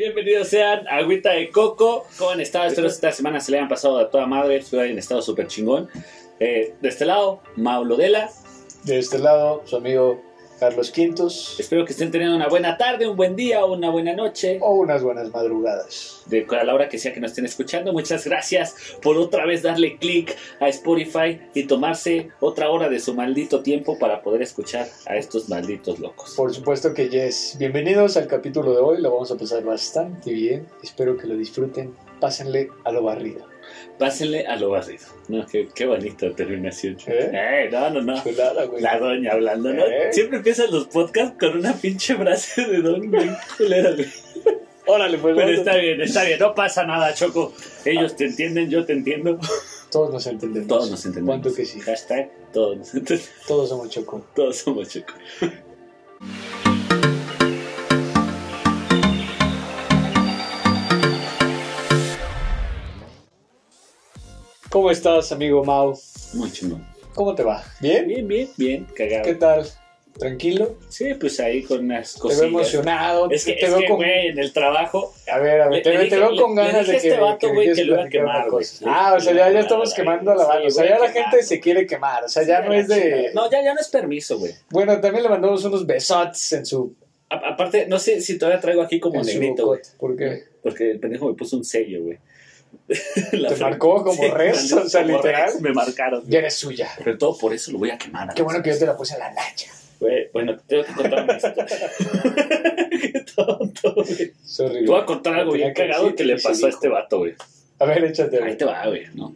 Bienvenidos sean a Agüita de Coco. ¿Cómo han estado? Espero que esta semana se le hayan pasado a toda madre. Espero que hayan estado súper chingón. Eh, de este lado, Maulo Dela. De este lado, su amigo Carlos Quintos. Espero que estén teniendo una buena tarde, un buen día, una buena noche. O unas buenas madrugadas. De a la hora que sea que nos estén escuchando, muchas gracias por otra vez darle click a Spotify y tomarse otra hora de su maldito tiempo para poder escuchar a estos malditos locos. Por supuesto que yes. Bienvenidos al capítulo de hoy. Lo vamos a pasar bastante bien. Espero que lo disfruten. Pásenle a lo barrido. Pásenle a lo barrido. No, qué, qué bonita terminación. ¿Eh? Eh, no, no, no. Chulada, Pues güey. La doña hablando, ¿no? ¿Eh? Siempre empiezan los podcasts con una pinche frase de don bien culera, güey. Órale, pues. Pero vamos. está bien, está bien, no pasa nada, Choco. Ellos te entienden, yo te entiendo. Todos nos entendemos. Todos nos entendemos. ¿Cuánto que sí? Hashtag, todos nos entendemos, Todos somos Choco. todos somos Choco. ¿Cómo estás, amigo Mau? Muy chingón. ¿Cómo te va? ¿Bien? Bien, bien, bien, ¿Qué cagado. tal? ¿Tranquilo? Sí, pues ahí con unas Te veo cosillas. emocionado. Es que, te es veo que, con... güey, en el trabajo A ver, a ver, Le- te, le veo- dije- te veo con le- le dije ganas de a que. este vato, que güey, quieres que lo iba a platicar una quemar, güey. cosa. Ah, o sea, ya, ya estamos Sí, quemando la voy a banda. O sea, ya quemar. la gente se quiere quemar. O sea, ya no es de. No, ya, ya no es permiso, güey. Bueno, también le mandamos unos besotes en su, A- aparte, no sé si todavía traigo aquí como en su negrito, güey. cote, porque Porque el pendejo me puso un sello, güey. Te marcó como res, o sea, literal. res, me marcaron. güey. ya eres suya. Pero todo por eso lo voy a quemar. Qué Alex. bueno que yo te la puse a la nacha. Güey, bueno, te tengo que contar una historia. Qué tonto, güey. Sorry. Te voy a contar algo bien cagado que le pasó a este vato, güey. A ver, échate. Ahí te va, güey, ¿no?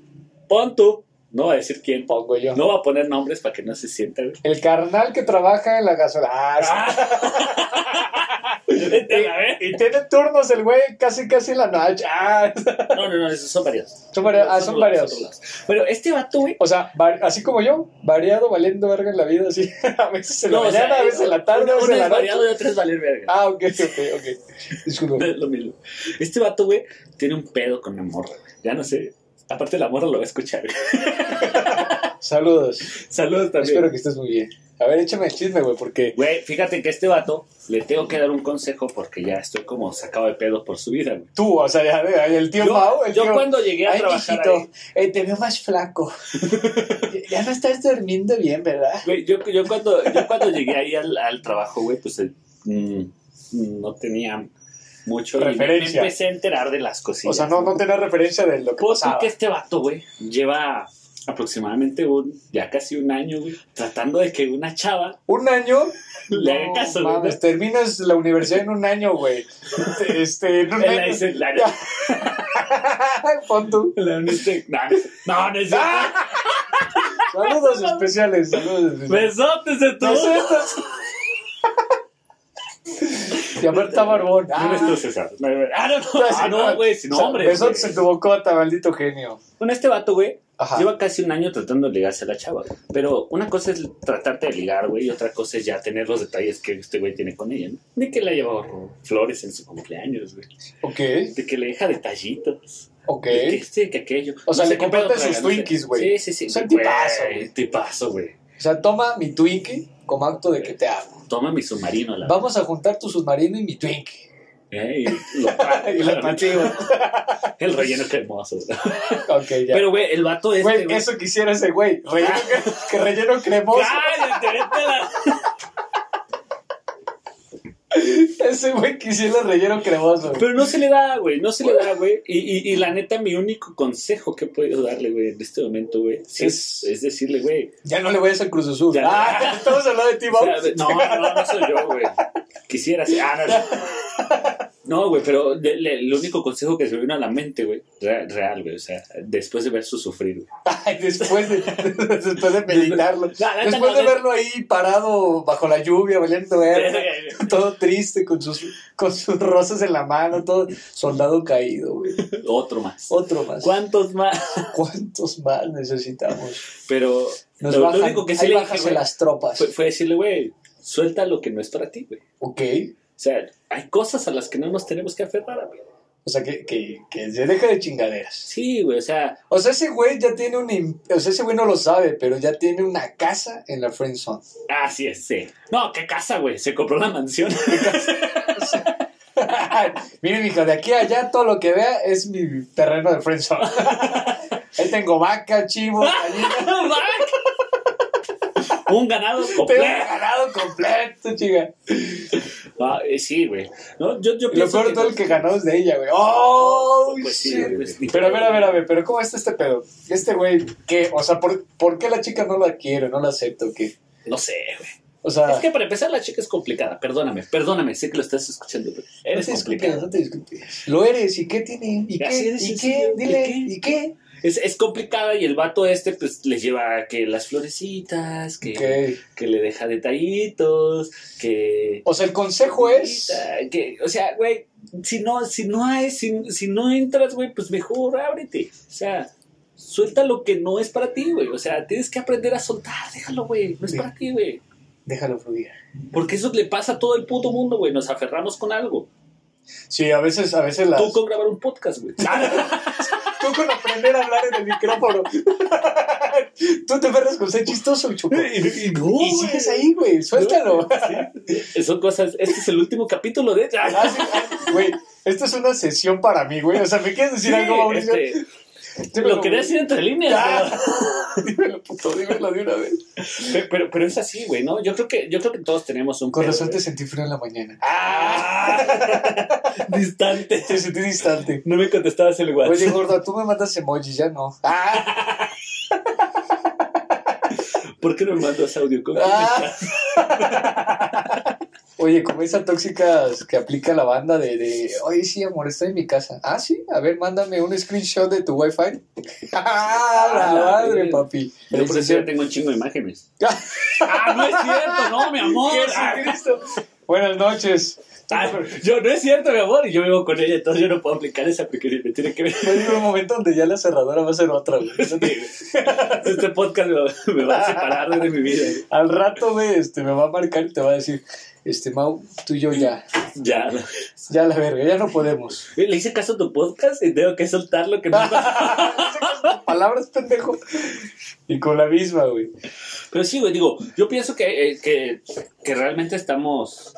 Pon tú. No voy a decir quién. Pongo yo. No voy a poner nombres para que no se sienta, güey. El carnal que trabaja en la gasolina. Ah, Vete a la verga. sí. Y tiene turnos el güey casi casi en la noche. Ah, No, no, no, esos son varios. Son varios, ah, son varios. varios. Pero este vato, güey. o sea, va- así como yo, variado, valiendo verga en la vida, así. A veces en la no, o sea, mañana, a veces en la tarde, uno- a veces uno en la es noche. variado y otro es valer verga. Ah, ok, ok, ok. Disculpa. Es lo mismo. Este vato, güey, tiene un pedo con la morra, güey. Ya no sé. Aparte, la morra lo va a escuchar. güey. Saludos. Saludos también. Espero que estés muy bien. A ver, échame el chisme, güey, porque. Güey, fíjate que este vato le tengo que dar un consejo porque ya estoy como sacado de pedo por su vida, güey. Tú, o sea, ya, ya, el tío Yo, Mau, el yo tío. cuando llegué a Ay, trabajar ahí, mijito, eh, te veo más flaco. ya no estás durmiendo bien, ¿verdad? güey, yo, yo cuando, yo cuando llegué ahí al, al trabajo, güey, pues eh, mm, mm, no tenía mucho y me- Me, Referencia. empecé a enterar de las cosillas. o sea, no, no tenés referencia de lo que Puedo decir pasaba. que este vato, güey, lleva aproximadamente un, ya casi un año, güey, tratando de que una chava Un año. Le haga caso, güey. mames, terminas la universidad en un año, güey. Este, en un En la año. dice, la- la- Pon tú. la- dice, No, no, no es cierto. ¡Ah! Saludos especiales, saludos especiales. Besotes de No todos. sé, estás- Y a Marta Barbón. No es tú, César. No, no, Ah, no, no, ah, no, güey, sin nombre. Besotes en tu bocota, maldito genio. Bueno, este vato, güey, Ajá. lleva casi un año tratando de ligarse a la chava. güey. Pero una cosa es tratarte de ligar, güey, y otra cosa es ya tener los detalles que este güey tiene con ella, ¿no? De que le lleva flores en su cumpleaños, güey. Ok, De que le deja detallitos. ok. De que este, que aquello. O sea, le qué comparte pedo sus tragándose. Twinkies, güey. Sí, sí, sí. Es un güey, tipazo, güey. Tipazo, güey. O sea, toma mi Twinkie como acto de que te amo. Toma mi submarino, la Vamos a juntar tu submarino y mi Twinkie. Eh, y lo tra- Y la pativa. el relleno cremoso. güey. Ok, ya. Pero, güey, el vato este, Güey, güey. Ah. eso quisiera ese güey. Relleno, que relleno cremoso. ¡Cállate, vete a la- Ese güey quisiera relleno cremoso. Pero no se le da, güey, no se le da, güey. Y, y, y la neta, mi único consejo que puedo darle, güey, en este momento, güey, es, es decirle, güey. Ya no le vayas al Cruz Azul. Ya. Ah, estamos hablando de ti, o Mau. sea, no, no, no soy yo, güey. Quisiera ser. ah, no, no. No, güey, pero de- le- el único consejo que se me vino a la mente, güey, re- real, güey, o sea, después de ver su sufrir, güey. Ay, después de, después de meditarlo. La neta, Después no, de neta. verlo ahí parado bajo la lluvia, valiendo verga, todo triste, con sus, con sus rosas en la mano, todo soldado caído, güey. Otro más. Otro más. ¿Cuántos más? ¿Cuántos más necesitamos? Pero Nos lo, lo bajan, único que sí ahí le dije, bajas güey, las tropas. fue, fue decirle, güey, suelta lo que no es para ti, güey. Ok. O sea, hay cosas a las que no nos tenemos que aferrar, güey. O sea, que, que, que se deja de chingaderas. Sí, güey, o sea, O sea, ese güey ya tiene un... im- O sea, ese güey no lo sabe, pero ya tiene una casa en la friend zone. así es, sí. No, qué casa, güey, se compró la mansión. Mire, mijo, de aquí a allá todo lo que vea es mi terreno de friendzone. Ahí tengo vaca, chivo, gallina. Un ganado Tengo completo. ganado completo, chica. Ah, eh, sí, güey. No, yo, yo Y lo pienso peor de que todo el que ganó es de ella, güey. ¡Oh, Pues sí, shit! pues sí. Pero a ver, a ver, a ver, pero ¿cómo está este pedo? Este güey, ¿qué? O sea, ¿por, ¿por qué la chica no la quiere, no la acepta o qué? No sé, güey. O sea, Es que para empezar, la chica es complicada. Perdóname, perdóname. Sé que lo estás escuchando, pero eres no te disculpes, complicada. no te disculpes. Lo eres, ¿y qué tiene? ¿Y Así qué? eres, ¿Y sí, qué? sí, Dile, ¿y ¿y qué? Es, es complicada y el vato este, pues, le lleva que las florecitas, que, Ok. que le deja detallitos, que. O sea, el consejo es. Que, o sea, güey, si no, si no hay, si, si no entras, güey, pues mejor ábrete. O sea, suelta lo que no es para ti, güey. O sea, tienes que aprender a soltar, déjalo, güey. No es Sí. para ti, güey. Déjalo fluir. Porque eso le pasa a todo el puto mundo, güey. Nos aferramos con algo. Sí, a veces, a veces las. Tú con grabar un podcast, güey. Ah, Tú con aprender a hablar en el micrófono. Tú te perdes con ser chistoso, chupo. No, Y sigues ahí, güey. Suéltalo. Sí. Son cosas. Este es el último capítulo de. Ah, sí, ah, Güey, esto es una sesión para mí, güey. O sea, ¿me quieres decir Sí, algo, Mauricio? este, Dímelo, lo quería decir entre líneas, Ya. pero- güey. Dímelo, puto, dímelo de una vez. pero, pero, es así, güey, ¿no? Yo creo que, yo creo que todos tenemos un Con pedo, razón te güey. sentí frío en la mañana. Ah, distante. Te sentí distante. No me contestabas el WhatsApp. Oye, gordo, tú me mandas emojis, ya no. Ah, ¿Por qué no me mandas audio? ¿Con quién ah. estás? Oye, como esas tóxicas que aplica la banda de, de, oye, sí, amor, estoy en mi casa. Ah, sí, a ver, mándame un screenshot de tu wifi. Ah, la Ah, la madre, verga. papi. Yo por eso ya tengo un chingo de imágenes. ¡Ah, no es cierto! ¡No, mi amor! Jesucristo. Ah, Buenas noches. Ah, yo, no es cierto, mi amor, y yo vivo con ella, entonces yo no puedo aplicar esa porque me tiene que ver. Va a llegar un momento donde ya la cerradora va a ser otra, güey. Este podcast me, me va a separar de mi vida. Al rato, güey, este, me va a marcar y te va a decir, este, Mau, tú y yo ya, Ya. ya la verga, ya no podemos. Le hice caso a tu podcast y tengo que soltar lo que no. Palabras, pendejo. Y con la misma, güey. Pero sí, güey, digo, yo pienso que, eh, que, que realmente estamos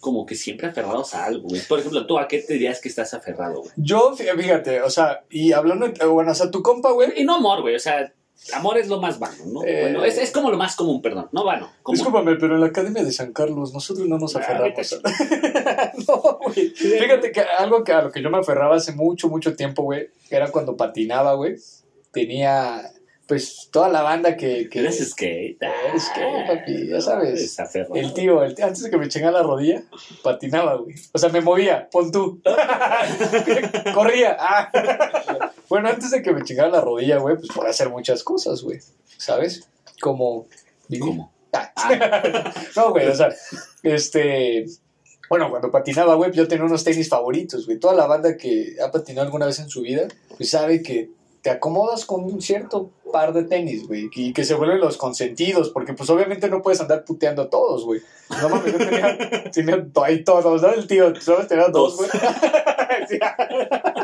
como que siempre aferrados a algo, güey. Por ejemplo, ¿tú a qué te dirías que estás aferrado, güey? Yo, fí- fíjate, o sea, y hablando, eh, bueno, o sea, tu compa, güey, Y no amor, güey, o sea, amor es lo más vano, ¿no? Eh. Bueno, es, es como lo más común, perdón, no vano. común. discúlpame, pero en la Academia de San Carlos nosotros no nos Ah, aferramos. no, güey. Fíjate que algo que a lo que yo me aferraba hace mucho, mucho tiempo, güey, era cuando patinaba, güey. Tenía, pues, toda la banda que... que Eres skate. ah, Eres skate, papi, ya sabes. Eres aferrado. El tío, el tío, antes de que me chingara la rodilla, patinaba, güey. O sea, me movía, pon tú. Corría. ah. bueno, antes de que me chingara la rodilla, güey, pues podía hacer muchas cosas, güey. ¿Sabes? Como vivir. ¿Cómo? Ah. Ah, No, güey, o sea, este. Bueno, cuando patinaba, güey, yo tenía unos tenis favoritos, güey. Toda la banda que ha patinado alguna vez en su vida, pues sabe que te acomodas con un cierto par de tenis, güey, y que se vuelven los consentidos, porque pues obviamente no puedes andar puteando a todos, güey. No mames, yo tenía, tenía to- ahí todos, ¿no? El tío, solo tenía Dos. dos, güey.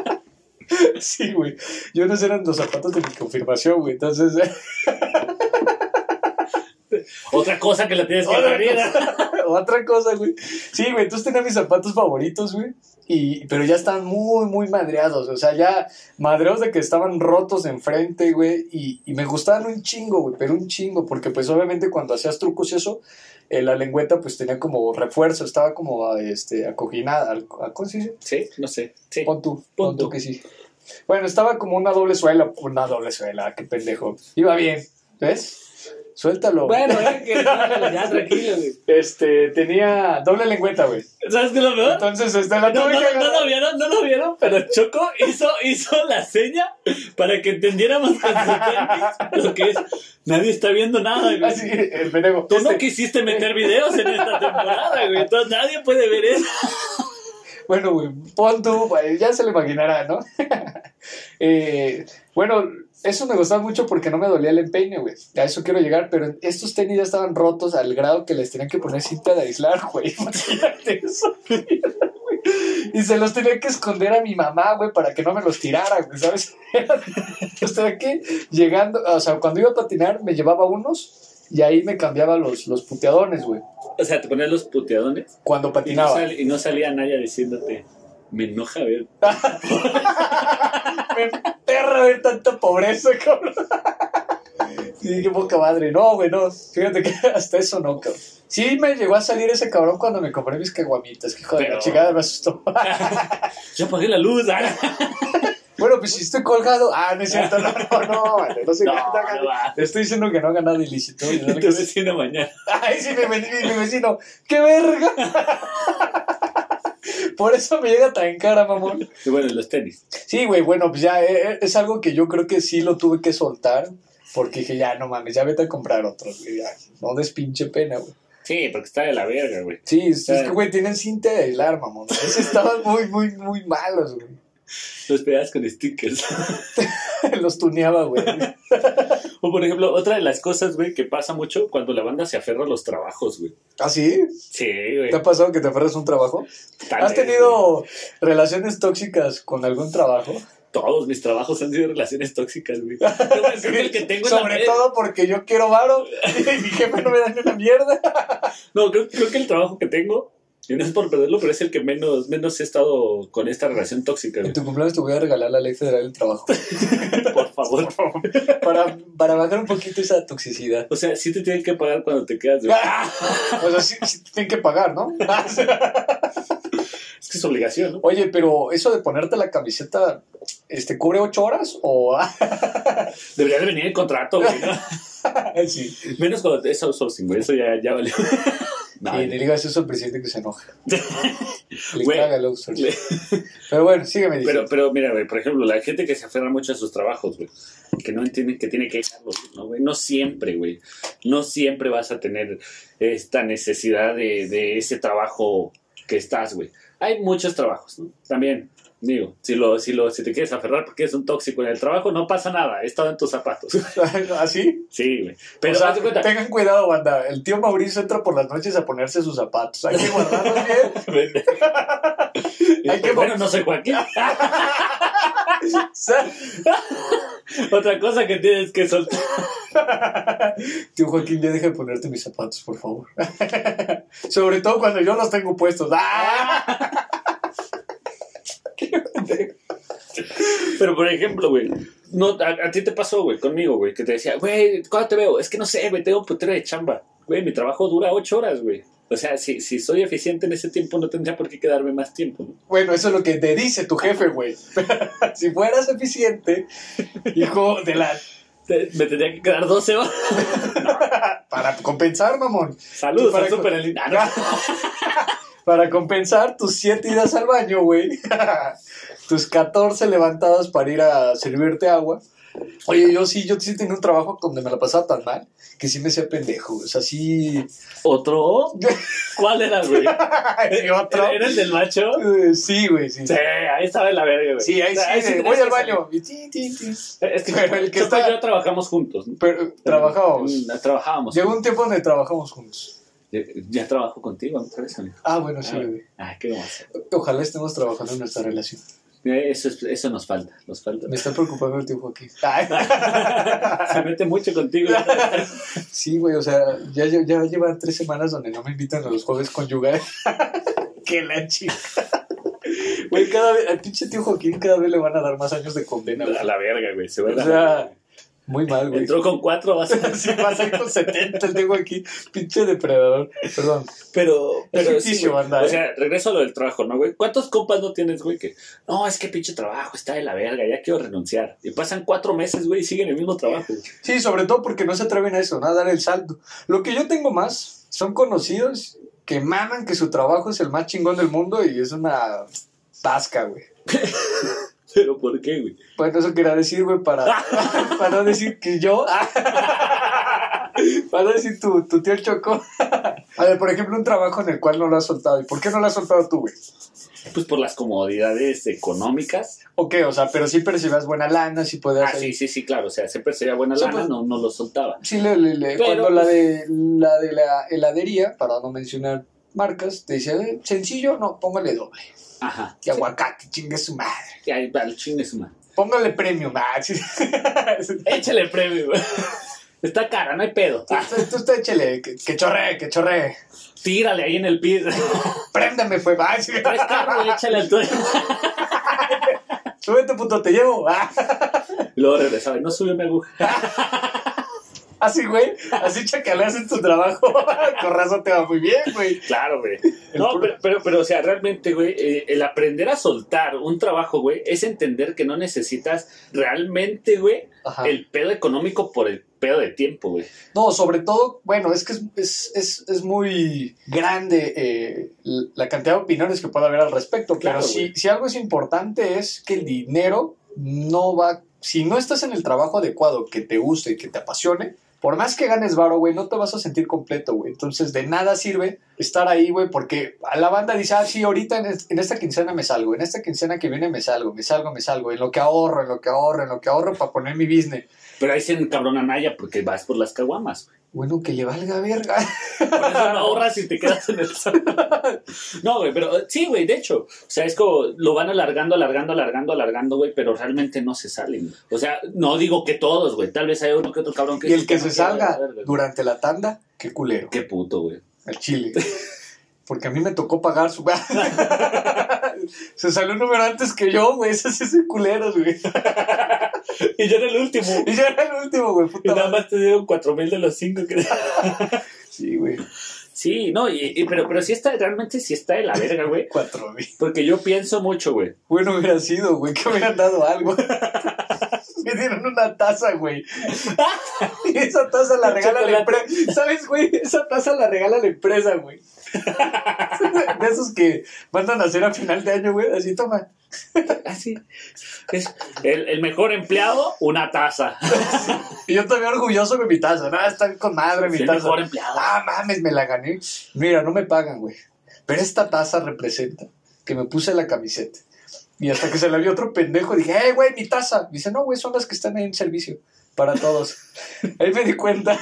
Sí, güey. Yo no eran los zapatos de mi confirmación, güey. Entonces, otra cosa que la tienes que Otra abrir. Otra cosa, güey. Sí, güey, entonces tenía mis zapatos favoritos, güey. Y, pero ya estaban muy, muy madreados. O sea, ya madreados de que estaban rotos enfrente, güey. Y, y me gustaban un chingo, güey, pero un chingo. Porque, pues, obviamente, cuando hacías trucos y eso, eh, la lengüeta, pues, tenía como refuerzo. Estaba como, este, acoginada. al- a- ¿Cómo se dice? Sí, no sé. Sí. Pon tú, pon Pon tú tú. que sí. Bueno, estaba como una doble suela. Una doble suela, qué pendejo. Iba bien, ¿ves? Suéltalo. Bueno, eh, que, ya tranquilo, güey. Este, tenía doble lengüeta, güey. ¿Sabes qué es lo peor? Entonces, este, la No, tuve no, que no lo agarrar. vieron, no lo vieron, pero Choco hizo, hizo la seña para que entendiéramos con sus tenis lo que es. Nadie está viendo nada, güey. Así, el pendejo. Tú no Este, quisiste meter videos en esta temporada, güey. Entonces nadie puede ver eso. Bueno, güey, pon tú, güey, ya se lo imaginará, ¿no? Eh, bueno, eso me gustaba mucho porque no me dolía el empeine, güey. A eso quiero llegar, pero estos tenis ya estaban rotos al grado que les tenían que poner cinta de aislar, güey. Imagínate eso, güey. Y se los tenía que esconder a mi mamá, güey, para que no me los tirara, güey, ¿sabes? o sea, que llegando, o sea, cuando iba a patinar me llevaba unos Y ahí me cambiaba los, los puteadones, güey. O sea, te ponías los puteadones Cuando y no, patinaba. sal- y no salía nadie diciéndote, me enoja ver. Me perra ver tanta pobreza, cabrón. Y dije, poca madre. No, güey, no. Fíjate que hasta eso no, cabrón. Sí me llegó a salir ese cabrón cuando me compré mis caguamitas. Que hijo de la Pero- chingada me asustó. Ya apagué la luz. ah. bueno, pues si estoy colgado. Ah, no es cierto. No, no, no. vale, no se No, gana, gana. no va. Te estoy diciendo que no ha ganado ilícito. y dale Te que- vecino mañana. Ay, sí, mi, ve- mi vecino. ¡Qué verga! Por eso me llega tan cara, mamón. Y bueno, los tenis. Sí, güey, bueno, pues ya eh, eh, es algo que yo creo que sí lo tuve que soltar. Porque dije, ya, no mames, ya vete a comprar otro, güey, ya. No des pinche pena, güey. Sí, porque está de la verga, güey. Sí, es, es Claro. que, güey, tienen cinta de aislar, mamón. Esos estaban muy, muy, muy malos, güey. Los pedazos con stickers. Los tuneaba, güey. O por ejemplo, otra de las cosas, güey, que pasa mucho cuando la banda se aferra a los trabajos, güey. ¿Ah, sí? Sí, güey. ¿Te ha pasado que te aferras a un trabajo? Tal ¿Has vez, güey. tenido relaciones tóxicas con algún trabajo? Todos mis trabajos han sido relaciones tóxicas, güey. Yo me siento el que tengo en la Sobre red. todo porque yo quiero varo y mi jefe no me da ni una mierda. No, creo, creo que el trabajo que tengo, y no es por perderlo, pero es el que menos, menos he estado con esta relación tóxica, En güey. tu cumpleaños te voy a regalar la ley federal del trabajo. Por favor. Para, para bajar un poquito esa toxicidad. O sea, sí te tienen que pagar cuando te quedas, güey. O sea, sí, sí te tienen que pagar, ¿no? Es que es obligación, ¿no? Oye, pero eso de ponerte la camiseta, este, ¿cubre ocho horas? O ah, Debería de venir el contrato, güey. ¿no? sí. Y Menos cuando te- es outsourcing, güey. Eso ya, ya valió. No, le digas eso al presidente que se enoja. Le Güey. caga el outsourcing. Pero bueno, sígueme Pero, diciendo. pero mira, güey, por ejemplo, la gente que se aferra mucho a sus trabajos, güey, que no entienden que tiene que dejarlos, ¿no, güey? No siempre, güey. No siempre vas a tener esta necesidad de, de ese trabajo que estás, güey. Hay muchos trabajos, ¿no? También, digo, si, lo, si, lo, si te quieres aferrar porque eres un tóxico en el trabajo, no pasa nada. He estado en tus zapatos. ¿Así? Sí, güey. Pero ¿Ah, o sea, haz de cuenta, tengan cuidado, banda. El tío Mauricio entra por las noches a ponerse sus zapatos. Hay que guardarlos bien. Hay que- bueno, no soy Joaquín. O sea, Otra cosa que tienes que soltar. Tío Joaquín, ya deja de ponerte mis zapatos, por favor. Sobre todo cuando yo los tengo puestos. ¡Ah! Pero, por ejemplo, güey, no, a, a ti te pasó, güey, conmigo, güey, que te decía, güey, ¿cuándo te veo? Es que no sé, güey, tengo un putero de chamba. Güey, mi trabajo dura ocho horas, güey. O sea, si, si soy eficiente en ese tiempo, no tendría por qué quedarme más tiempo. ¿no? Bueno, eso es lo que te dice tu jefe, güey. si fueras eficiente, hijo de la... Te- Me tendría que quedar 12 horas. Para compensar, mamón. Saludos Para al co- Super Elite. Ah, Para compensar tus siete idas al baño, güey. tus 14 levantadas para ir a servirte agua. Oye, yo sí, yo sí tenía un trabajo donde me la pasaba tan mal que sí me hacía pendejo. güey. O sea, sí... no. ¿Otro? ¿Cuál era, güey? Y otro. ¿Era el del macho? Eh, Sí, güey, sí. Sí, ahí estaba en la verga, güey. Sí, ahí sí, de, tenías voy que al salir. baño. Y ti, ti, ti. Es que Pero el el que que está- y yo trabajamos juntos. ¿no? Pero eh, trabajábamos. Mm, Trabajábamos. Llegó un tiempo donde trabajamos juntos. Ya, ya trabajo contigo otra vez, amigo. Ah, bueno, sí, Ah, bebé. Ah, qué vamos a hacer? Ojalá estemos trabajando en nuestra relación. Eh, Eso, es- eso nos falta, nos falta. Me está preocupando el tiempo aquí. Ay. Se mete mucho contigo. Sí, güey, o sea, ya, lle- ya va a llevar tres semanas donde no me invitan a los jueves conyugales. ¡Qué la chica! Güey, cada vez, al pinche tío Joaquín cada vez le van a dar más años de condena. güey. A la verga, güey. Se va a O la- sea, muy mal, güey. entró con cuatro, vas a- Sí, va a ser con 70 el tengo aquí. Pinche depredador. Perdón. Pero, pero sí, ficticio, güey. banda, O eh. sea, regreso a lo del trabajo, ¿no, güey? ¿Cuántos compas no tienes, güey? Que, no, es que pinche trabajo, está de la verga, ya quiero renunciar. Y pasan cuatro meses, güey, y siguen el mismo trabajo. güey. Sí, sobre todo porque no se atreven a eso, ¿no? a dar el salto. Lo que yo tengo más son conocidos que maman que su trabajo es el más chingón del mundo y es una tasca, güey. Pero, ¿por qué, güey? Bueno, eso quería decir, güey, para, para no decir que yo. para no decir tu, tu tío Choco. a ver, por ejemplo, un trabajo en el cual no lo has soltado. ¿Y por qué no lo has soltado tú, güey? Pues por las comodidades económicas. Ok, o sea, pero sí percibas buena lana, sí podías. Ah, sí, sí, sí, claro. O sea, siempre sería buena O sea, lana, pues- no, no lo soltaba. Sí, le, le- le- Pero, cuando la de la de la heladería, para no mencionar marcas, te decía, "Eh, sencillo, no, póngale doble. Ajá. Y aguacate, chingue su madre. Y ahí va el chingue su madre. Póngale premium, ah, sí. Échale premio, güey. Está cara, no hay pedo. Tú, Ah, tú- tú usted échele, que, que chorre, que chorre. tírale ahí en el pie. Préndeme, fue. Ay, sí. Traes carro, échale al tuyo. Súbete, puto, te llevo. Ah, Y luego regresaba. y No subió mi aguja. Así, güey. Así chacaleas en tu trabajo. Con razón te va muy bien, güey. Claro, güey. No, pero, pero, pero, o sea, realmente, güey, eh, el aprender a soltar un trabajo, güey, es entender que no necesitas realmente, güey, Ajá. el pedo económico por el pedo de tiempo, güey. No, sobre todo, bueno, es que es, es, es- es muy grande eh, la cantidad de opiniones que puede haber al respecto, Claro, pero si, güey. si algo es importante es que el dinero no va, si no estás en el trabajo adecuado que te guste y que te apasione, por más que ganes varo, güey, no te vas a sentir completo, güey. Entonces, de nada sirve estar ahí, güey, porque a la banda dice, ah, sí, ahorita en, es- en esta quincena me salgo, en esta quincena que viene me salgo, me salgo, me salgo, en lo que ahorro, en lo que ahorro, en lo que ahorro para poner mi business. Pero ahí se encabrona Naya porque vas por las caguamas. güey. Bueno, que le valga verga. Por eso no ahorras y te quedas en el No, güey, pero eh, sí, güey, de hecho. O sea, es como lo van alargando, alargando, alargando, alargando, güey, pero realmente no se salen. güey. O sea, no digo que todos, güey. Tal vez hay uno que otro cabrón que. Y el que no se quiere salga la verga, güey. durante la tanda, qué culero. Qué puto, güey. Al chile. Porque a mí me tocó pagar su. se salió un número antes que yo, güey. Esos sí son culeros, güey. Y yo era el último. Y yo era el último, güey. Y Puta nada madre. más te dieron cuatro mil de los cinco que Sí, güey. Sí, no, y, y- pero, pero sí está, realmente sí está de la verga, güey. Cuatro mil. Porque yo pienso mucho, güey. Bueno, hubiera sido, güey, que hubieran dado algo. Me dieron una taza, güey. Y esa taza la regala la Chocolate. empresa. ¿Sabes, güey? Esa taza la regala la empresa, güey. De esos que mandan a hacer a final de año, güey. Así, toma. Así. Ah, Es el, el mejor empleado, una taza. Y yo todavía orgulloso de mi taza. Nada, está con madre mi el taza. mejor empleado. Ah, mames, me la gané. Mira, no me pagan, güey. Pero esta taza representa que me puse la camiseta. Y hasta que se la vio otro pendejo, dije, ¡eh, güey, mi taza! Dice, no, güey, son las que están ahí en servicio para todos. ahí me di cuenta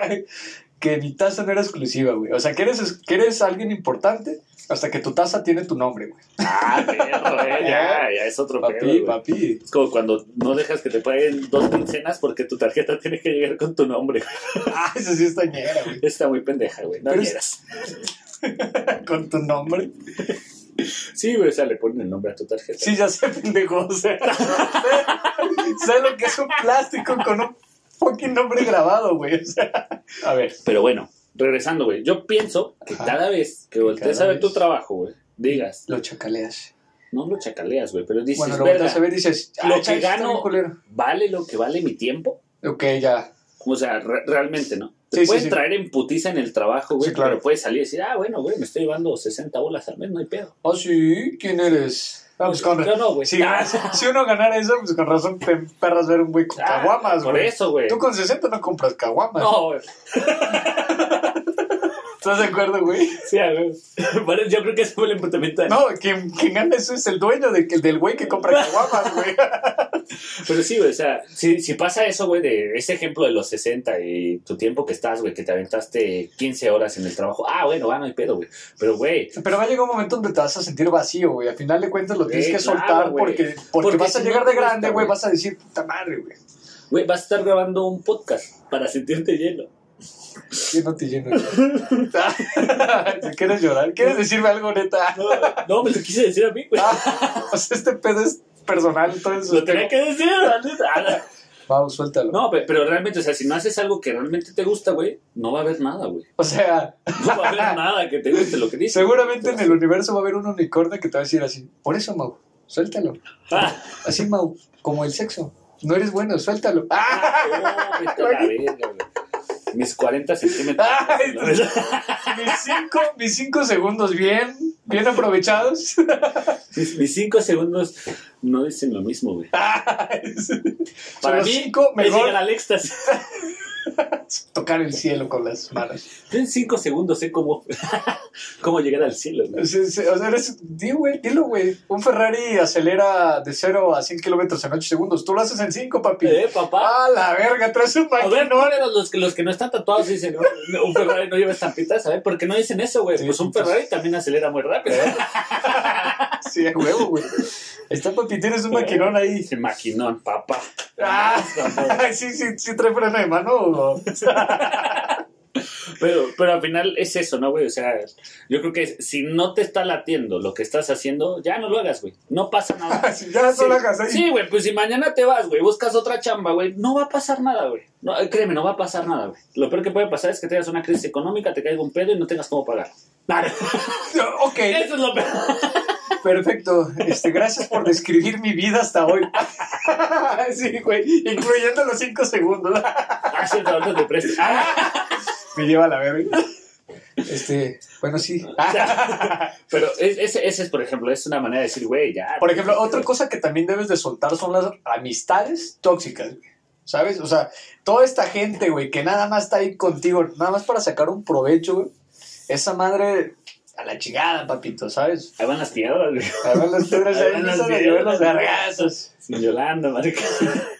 que mi taza no era exclusiva, güey. O sea, que eres, que eres alguien importante hasta que tu taza tiene tu nombre, güey. Ah, perro, eh, ya, ya es otro Papi, pedo, güey. papi. Es como cuando no dejas que te paguen dos quincenas porque tu tarjeta tiene que llegar con tu nombre. güey. Ah, eso sí está ñera, güey. Está muy pendeja, güey. No Pero es- quieras. Con tu nombre. Sí, güey, o sea, le ponen el nombre a tu tarjeta. Sí, ya sé, pendejo. O sea, ¿sabes lo que es un plástico con un fucking nombre grabado, güey? O sea, a ver. Pero bueno, regresando, güey. Yo pienso que Ajá. cada vez que voltees cada a ver tu vez. trabajo, güey, digas, Lo chacaleas. no lo chacaleas, güey, pero dices, Bueno, lo "Verga, volteas a ver y dices, Lo ah, que chale, está gano- bien culero. ¿vale lo que vale mi tiempo? Ok, ya. O sea, re- realmente, ¿no? Sí, Te sí, pueden sí. traer en putiza en el trabajo, güey, Sí, claro. pero puedes salir y decir, ah, bueno, güey, me estoy llevando 60 bolas al mes, no hay pedo. Ah, sí, ¿quién eres? Ah, pues con Yo razón. no, güey. Si, si uno ganara eso, pues con razón te perras ver un güey con Ah, caguamas, Por güey. eso, güey. Tú con 60 no compras caguamas. No, güey. ¿Estás de acuerdo, güey? Sí, a ver. Bueno, yo creo que ese fue el enfrentamiento. de- No, quien, quien gana eso es el dueño de- del güey que compra caguamas, güey. Pero sí, güey, o sea, si, si pasa eso, güey, de ese ejemplo de los 60 y tu tiempo que estás, güey, que te aventaste 15 horas en el trabajo, ah, bueno, va, no hay pedo, güey. Pero, güey, Pero va a llegar un momento donde te vas a sentir vacío, güey. Al final de cuentas lo Güey, tienes que claro, soltar güey. porque, porque, Porque vas a si llegar no de te gusta, grande, güey. güey. Vas a decir, puta madre, güey. güey, vas a estar grabando un podcast para sentirte lleno. Yo no te lleno. güey. ¿Quieres llorar? ¿Quieres decirme algo, neta? No, no, me lo quise decir a mí, güey. Ah, o sea, este pedo es personal, entonces. Lo tenía que decir, ¿vale? Ah, no. Vamos, suéltalo. No, pe- pero realmente, o sea, si no haces algo que realmente te gusta, güey, no va a haber nada, güey. O sea, No va a haber nada que te guste lo que dices. seguramente en el universo va a haber un unicornio que te va a decir así. Por eso, Mau, suéltalo. Ah, Así, Mau, como el sexo. No eres bueno, suéltalo. ¡Ah! ah, no, vete a la verga, güey. Mis 40 centímetros. Ay, pues, Mis cinco, mis cinco segundos bien, bien aprovechados. Mis, mis cinco segundos no dicen lo mismo, güey. Para Para Ah, los mí, cinco, es llegar mejor al éxtasis. tocar el cielo con las manos. Yo en cinco segundos sé cómo, cómo llegar al cielo, güey. O sea, o sea, eres- di, güey, dilo, güey. Un Ferrari acelera de 0 a 100 kilómetros en 8 segundos. Tú lo haces en 5, papi. Eh, papá. ¡Ah, la verga! Traes un A ver, maquinón. no, pero los que, los que no están tatuados dicen, no, no, un Ferrari no lleva estampitas, a ver, ¿por qué no dicen eso, güey? Sí, pues un pues- Ferrari también acelera muy rápido. Eh. Sí, a huevo, güey. Está, papi, tienes un maquinón ahí. Dice maquinón, papá. Ah, Eh. sí, sí, sí trae freno de mano. o- Pero, pero al final es eso, ¿no, güey? O sea, yo creo que si no te está latiendo lo que estás haciendo, ya no lo hagas, güey. No pasa nada. Sí, ya Sí. son las casas. Sí, güey, pues si mañana te vas, güey, buscas otra chamba, güey, no va a pasar nada, güey. No, eh, créeme, no va a pasar nada, güey. Lo peor que puede pasar es que tengas una crisis económica, te caiga un pedo y no tengas cómo pagar. Claro. Ok, Eso es lo peor. perfecto. Este, gracias por describir mi vida hasta hoy. sí, güey, incluyendo los cinco segundos. Ah, sí, pero antes de presto. Ah, Me lleva a la verga. Este, bueno, sí. pero es- ese, ese es, por ejemplo, es una manera de decir, güey, ya. Por ejemplo, otra cosa que también debes de soltar son las amistades tóxicas, güey. ¿Sabes? O sea, toda esta gente, güey, que nada más está ahí contigo, nada más para sacar un provecho, güey. Esa madre a la chingada, papito, ¿sabes? Ahí van las piedras, güey. A ver las tigres Ahí ahí van las empiezan a piedras. llevar los gargazos. Yolanda, marica.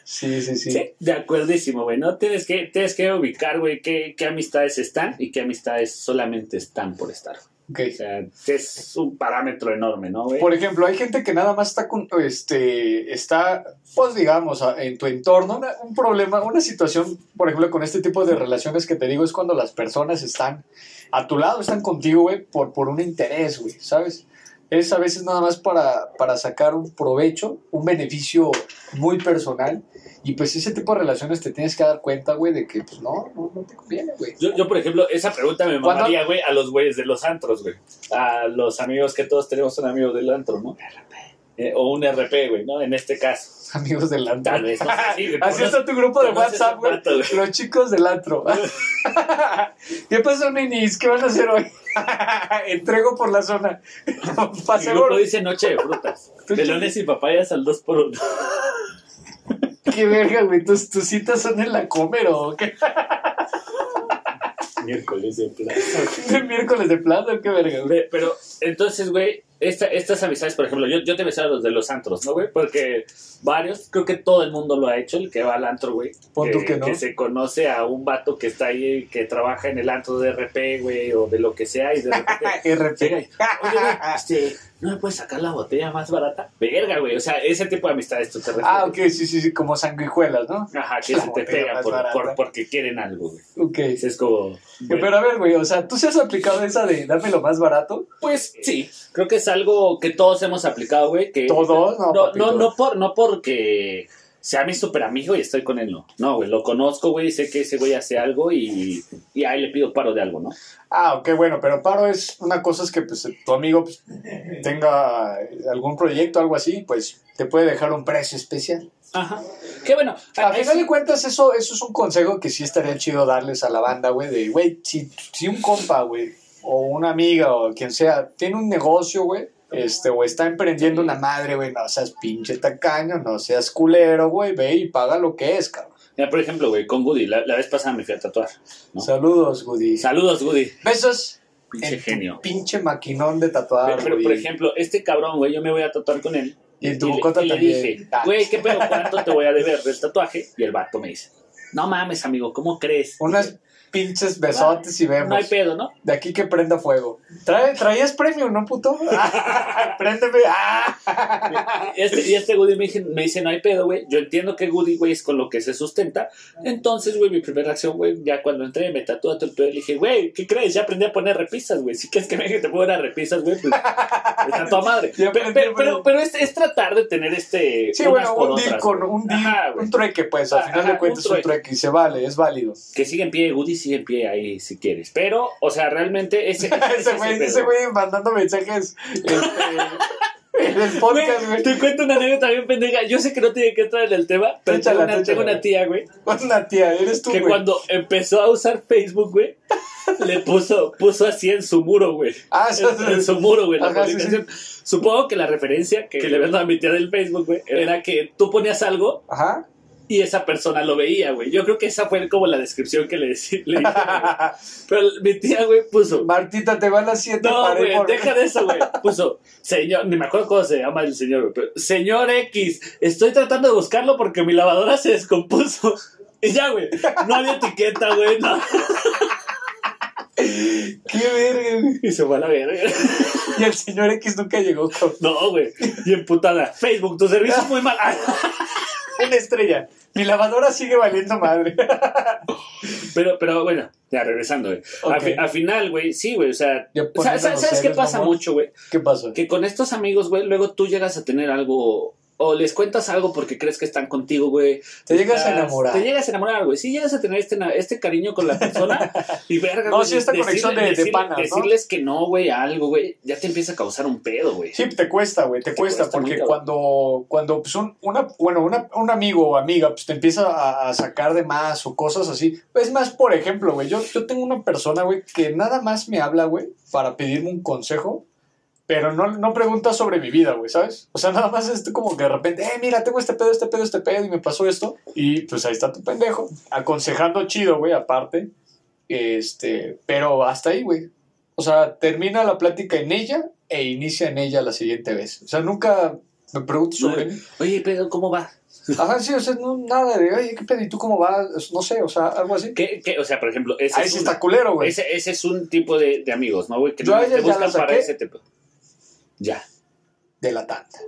Sí, sí, sí. Sí, de acuerdísimo, güey, ¿no? Tienes que, tienes que ubicar, güey, qué, qué amistades están y qué amistades solamente están por estar. Ok. O sea, es un parámetro enorme, ¿no, güey? Por ejemplo, hay gente que nada más está con, este, está, pues digamos, a- en tu entorno, una- un problema, una situación, por ejemplo, con este tipo de relaciones que te digo, es cuando las personas están a tu lado, están contigo, güey, por, por un interés, güey, ¿sabes? Es a veces nada más para, para sacar un provecho, un beneficio muy personal. Y pues ese tipo de relaciones te tienes que dar cuenta, güey, de que pues no, no, no te conviene, güey. Yo, yo, por ejemplo, esa pregunta me ¿Cuándo? mandaría, güey, a los güeyes de los antros, güey. A los amigos que todos tenemos un amigo del antro, ¿no? Eh, o un RP, güey, ¿no? En este caso. Amigos del antro. Tal vez, no sé, sí, güey, Así conoces- está tu grupo de conoces WhatsApp, un güey. vato, güey. Los chicos del antro. ¿Qué pasó, ninis? ¿Qué van a hacer hoy? Entrego por la zona. El Paseo. grupo dice noche de frutas. Tú Pelones y papayas al 2 por 1 Qué verga, güey. ¿Tus, tus citas son en la comer o qué? Miércoles de plaza. ¿De miércoles de plato? Qué verga, güey. Ve, Pero, entonces, güey, esta- estas amistades, por ejemplo, yo, yo te besé a los de los antros, ¿no, güey? Porque varios, creo que todo el mundo lo ha hecho, el que va al antro, güey. Pon tú que no. se conoce a un vato que está ahí, que trabaja en el antro de RP, güey, o de lo que sea, y de Ah, repente llega RP. y, oye, güey, este, ¿no me puedes sacar la botella más barata? Verga, güey, o sea, ese tipo de amistades tú te refieres. Ah, ok, sí, sí, sí, como sanguijuelas, ¿no? Ajá, que La se te botella pega más por, barata. por- porque quieren algo, güey. Ok. Ese es como... bueno. Pero a ver, güey, o sea, ¿tú se has aplicado esa de dame lo más barato? Pues sí, creo que es algo que todos hemos aplicado, güey. Que ¿Todos? No, no, no, papito. no, por, no porque sea mi super amigo y estoy con él, no. No, güey, lo conozco, güey, sé que ese güey hace algo y, y ahí le pido paro de algo, ¿no? Ah, ok, bueno, pero paro es una cosa es que pues, tu amigo pues, tenga algún proyecto, algo así, pues te puede dejar un precio especial. Ajá. Qué bueno. A a- final de eso- cuentas, eso, eso es un consejo que sí estaría chido darles a la banda, güey, de, güey, si, si un compa, güey, o una amiga o quien sea, tiene un negocio, güey, este, o está emprendiendo una madre, güey, no seas pinche tacaño, no seas culero, güey, ve y paga lo que es, cabrón. Mira, por ejemplo, güey, con Woody, la, la vez pasada me fui a tatuar. No. Saludos, Goody. Saludos, Woody. Besos. Pinche en tu genio. Pinche maquinón de tatuar, Pero, pero, por güey. ejemplo, este cabrón, güey, yo me voy a tatuar con él. Y en tu le- bocota y le también. dije, Ah. güey, ¿qué pedo? ¿Cuánto te voy a deber del tatuaje? Y el vato me dice, no mames, amigo, ¿cómo crees? Unas pinches besotes y vemos. No hay pedo, ¿no? De aquí que prenda fuego. Trae, traías premio, ¿no, puto? Préndeme. Ah. Y este, y este Goody me dice, me dice, no hay pedo, güey. Yo entiendo que Goody, güey, es con lo que se sustenta. Entonces, güey, mi primera acción, güey, ya cuando entré, me tatué todo el pedo. Le dije, güey, ¿qué crees? Ya aprendí a poner repisas, güey. Si quieres que me que te ponga unas repisas, güey, pues está toda madre. Ya Pero, aprendí a pero, pero, poner- pero es, es tratar de tener este. Sí, unas bueno, por un otras, deal con güey. un deal, Ajá, güey. un trueque, pues. Al Ajá, final ajá, de cuentas un es un trueque y se vale, es válido. Que sigue en pie, Goody sigue en pie ahí, si quieres. Pero, o sea, realmente ese. Ese güey, pedo, ese güey mandando mensajes este, en el podcast, Güey, güey. Te cuento una anécdota bien pendeja. Yo sé que no tiene que entrar en el tema, pero Échala, tengo, una, tengo échala. una tía, güey, Una tía, eres tú, que güey. cuando empezó a usar Facebook, güey, le puso, puso así en su muro, güey. Ah, sí, En, en su muro, güey, la Ajá, sí, publicación. Supongo que la referencia que, le vendo a mi tía del Facebook, güey, era que tú ponías algo Ajá. y esa persona lo veía, güey. Yo creo que esa fue como la descripción que le, decí- le dije, güey. Pero mi tía, güey, puso. Martita, te van las siete No, para ir güey, por- deja de eso, güey. Puso, señor, ni me acuerdo cómo se llama el señor, güey, pero, señor X, estoy tratando de buscarlo porque mi lavadora se descompuso. Y ya, güey, no había etiqueta, güey, no. Qué verga, güey. Y se fue a la verga. Y el señor X nunca llegó con No, güey, y emputada. Facebook, tu servicio es muy mal. Ah, una estrella. Mi lavadora sigue valiendo madre. Pero, pero bueno, ya regresando, güey. A Ok. fi- A, final, güey, sí, güey, o sea, Ya sa- sa- poniéndonos ¿sabes, qué serios, pasa mamón? mucho, güey? ¿Qué pasó? Que con estos amigos, güey, luego tú llegas a tener algo o les cuentas algo porque crees que están contigo, güey. Te llegas a Estás- enamorar. Te llegas a enamorar, güey. Sí llegas a tener este, na- este cariño con la persona y verga, No, güey, sí, esta decirle- conexión de- de decirle- panas, ¿no? Decirles que no, güey, a algo, güey, ya te empieza a causar un pedo, güey. Sí, te cuesta, güey, te, Te cuesta, cuesta porque mucho. cuando, cuando pues, un, una, bueno, una- un amigo o amiga pues, te empieza a, a sacar de más o cosas así. Es más, por ejemplo, güey, yo, yo tengo una persona, güey, que nada más me habla, güey, para pedirme un consejo, pero no, no pregunta sobre mi vida, güey, ¿sabes? O sea, nada más es como que de repente, eh, mira, tengo este pedo, este pedo, este pedo, y me pasó esto, y pues ahí está tu pendejo, aconsejando chido, güey, aparte, este, pero hasta ahí, güey. O sea, termina la plática en ella e inicia en ella la siguiente vez. O sea, nunca me pregunto sobre mí. Oye, pero ¿cómo va? Ajá, sí, o sea, no, nada de, oye, ¿qué pedo? ¿Y tú cómo vas? No sé, o sea, algo así. ¿Qué, qué? O sea, por ejemplo, ese Ahí es sí una- está culero, güey. Ese, ese es un tipo de, de amigos, ¿no, güey? Que Pues, Yo no a ellas te ya buscan las saqué. para ese tipo. Ya, De la tanda.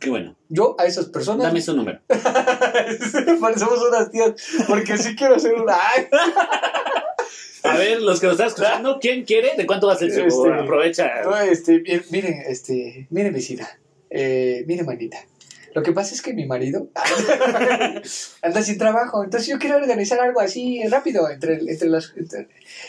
qué bueno. Yo a esas personas. Dame su número. Parecemos unas tías. Porque sí quiero hacer una. Ay, A ver, los que nos están escuchando, ¿quién quiere? ¿De cuánto va a ser su ¿Ah? Este- Aprovecha. No, este, mi- miren, este, miren, vecina. Eh, miren, manita. Lo que pasa es que mi marido anda sin trabajo, entonces yo quiero organizar algo así rápido entre, entre las entre,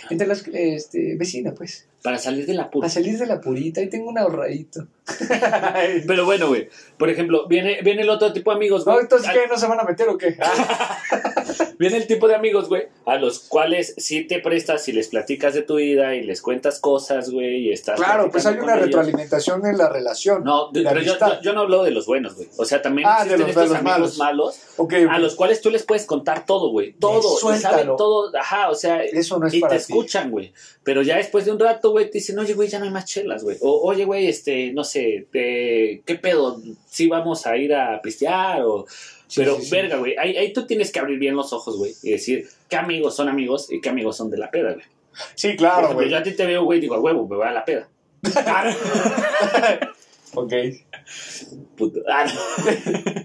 entre las este, vecinas, pues. Para salir de la Para puta. salir de la purita, ahí tengo un ahorradito. Pero bueno, güey. Por ejemplo, viene, viene el otro tipo de amigos, güey. No, entonces Al- ¿qué? ¿No se van a meter o qué? Ah, Viene el tipo de amigos, güey, a los cuales sí te prestas y les platicas de tu vida y les cuentas cosas, güey, y estás. claro, pues hay platicando una con ellos. retroalimentación en la relación. No, de- de pero yo, amistad. yo- yo no hablo de los buenos, güey. O sea, también Ah, de existen los- de estos los amigos malos. malos Ok, a los cuales tú les puedes contar todo, güey. Todo. y suéltalo. saben todo. Ajá, o sea. eso no es Y para te ti. escuchan, güey. Pero ya después de un rato, güey, te dicen, oye, güey, ya no hay más chelas, güey. O, oye, güey, este, no sé, eh, ¿qué pedo? ¿Sí vamos a ir a pistear? O... Sí, Pero, sí, sí. verga, güey, ahí, ahí tú tienes que abrir bien los ojos, güey, y decir qué amigos son amigos y qué amigos son de la peda, güey. Sí, Por claro, ejemplo, güey. yo a ti te veo, güey, digo, a huevo, me voy a la peda. Ah, Ok, Puto. Ah, no.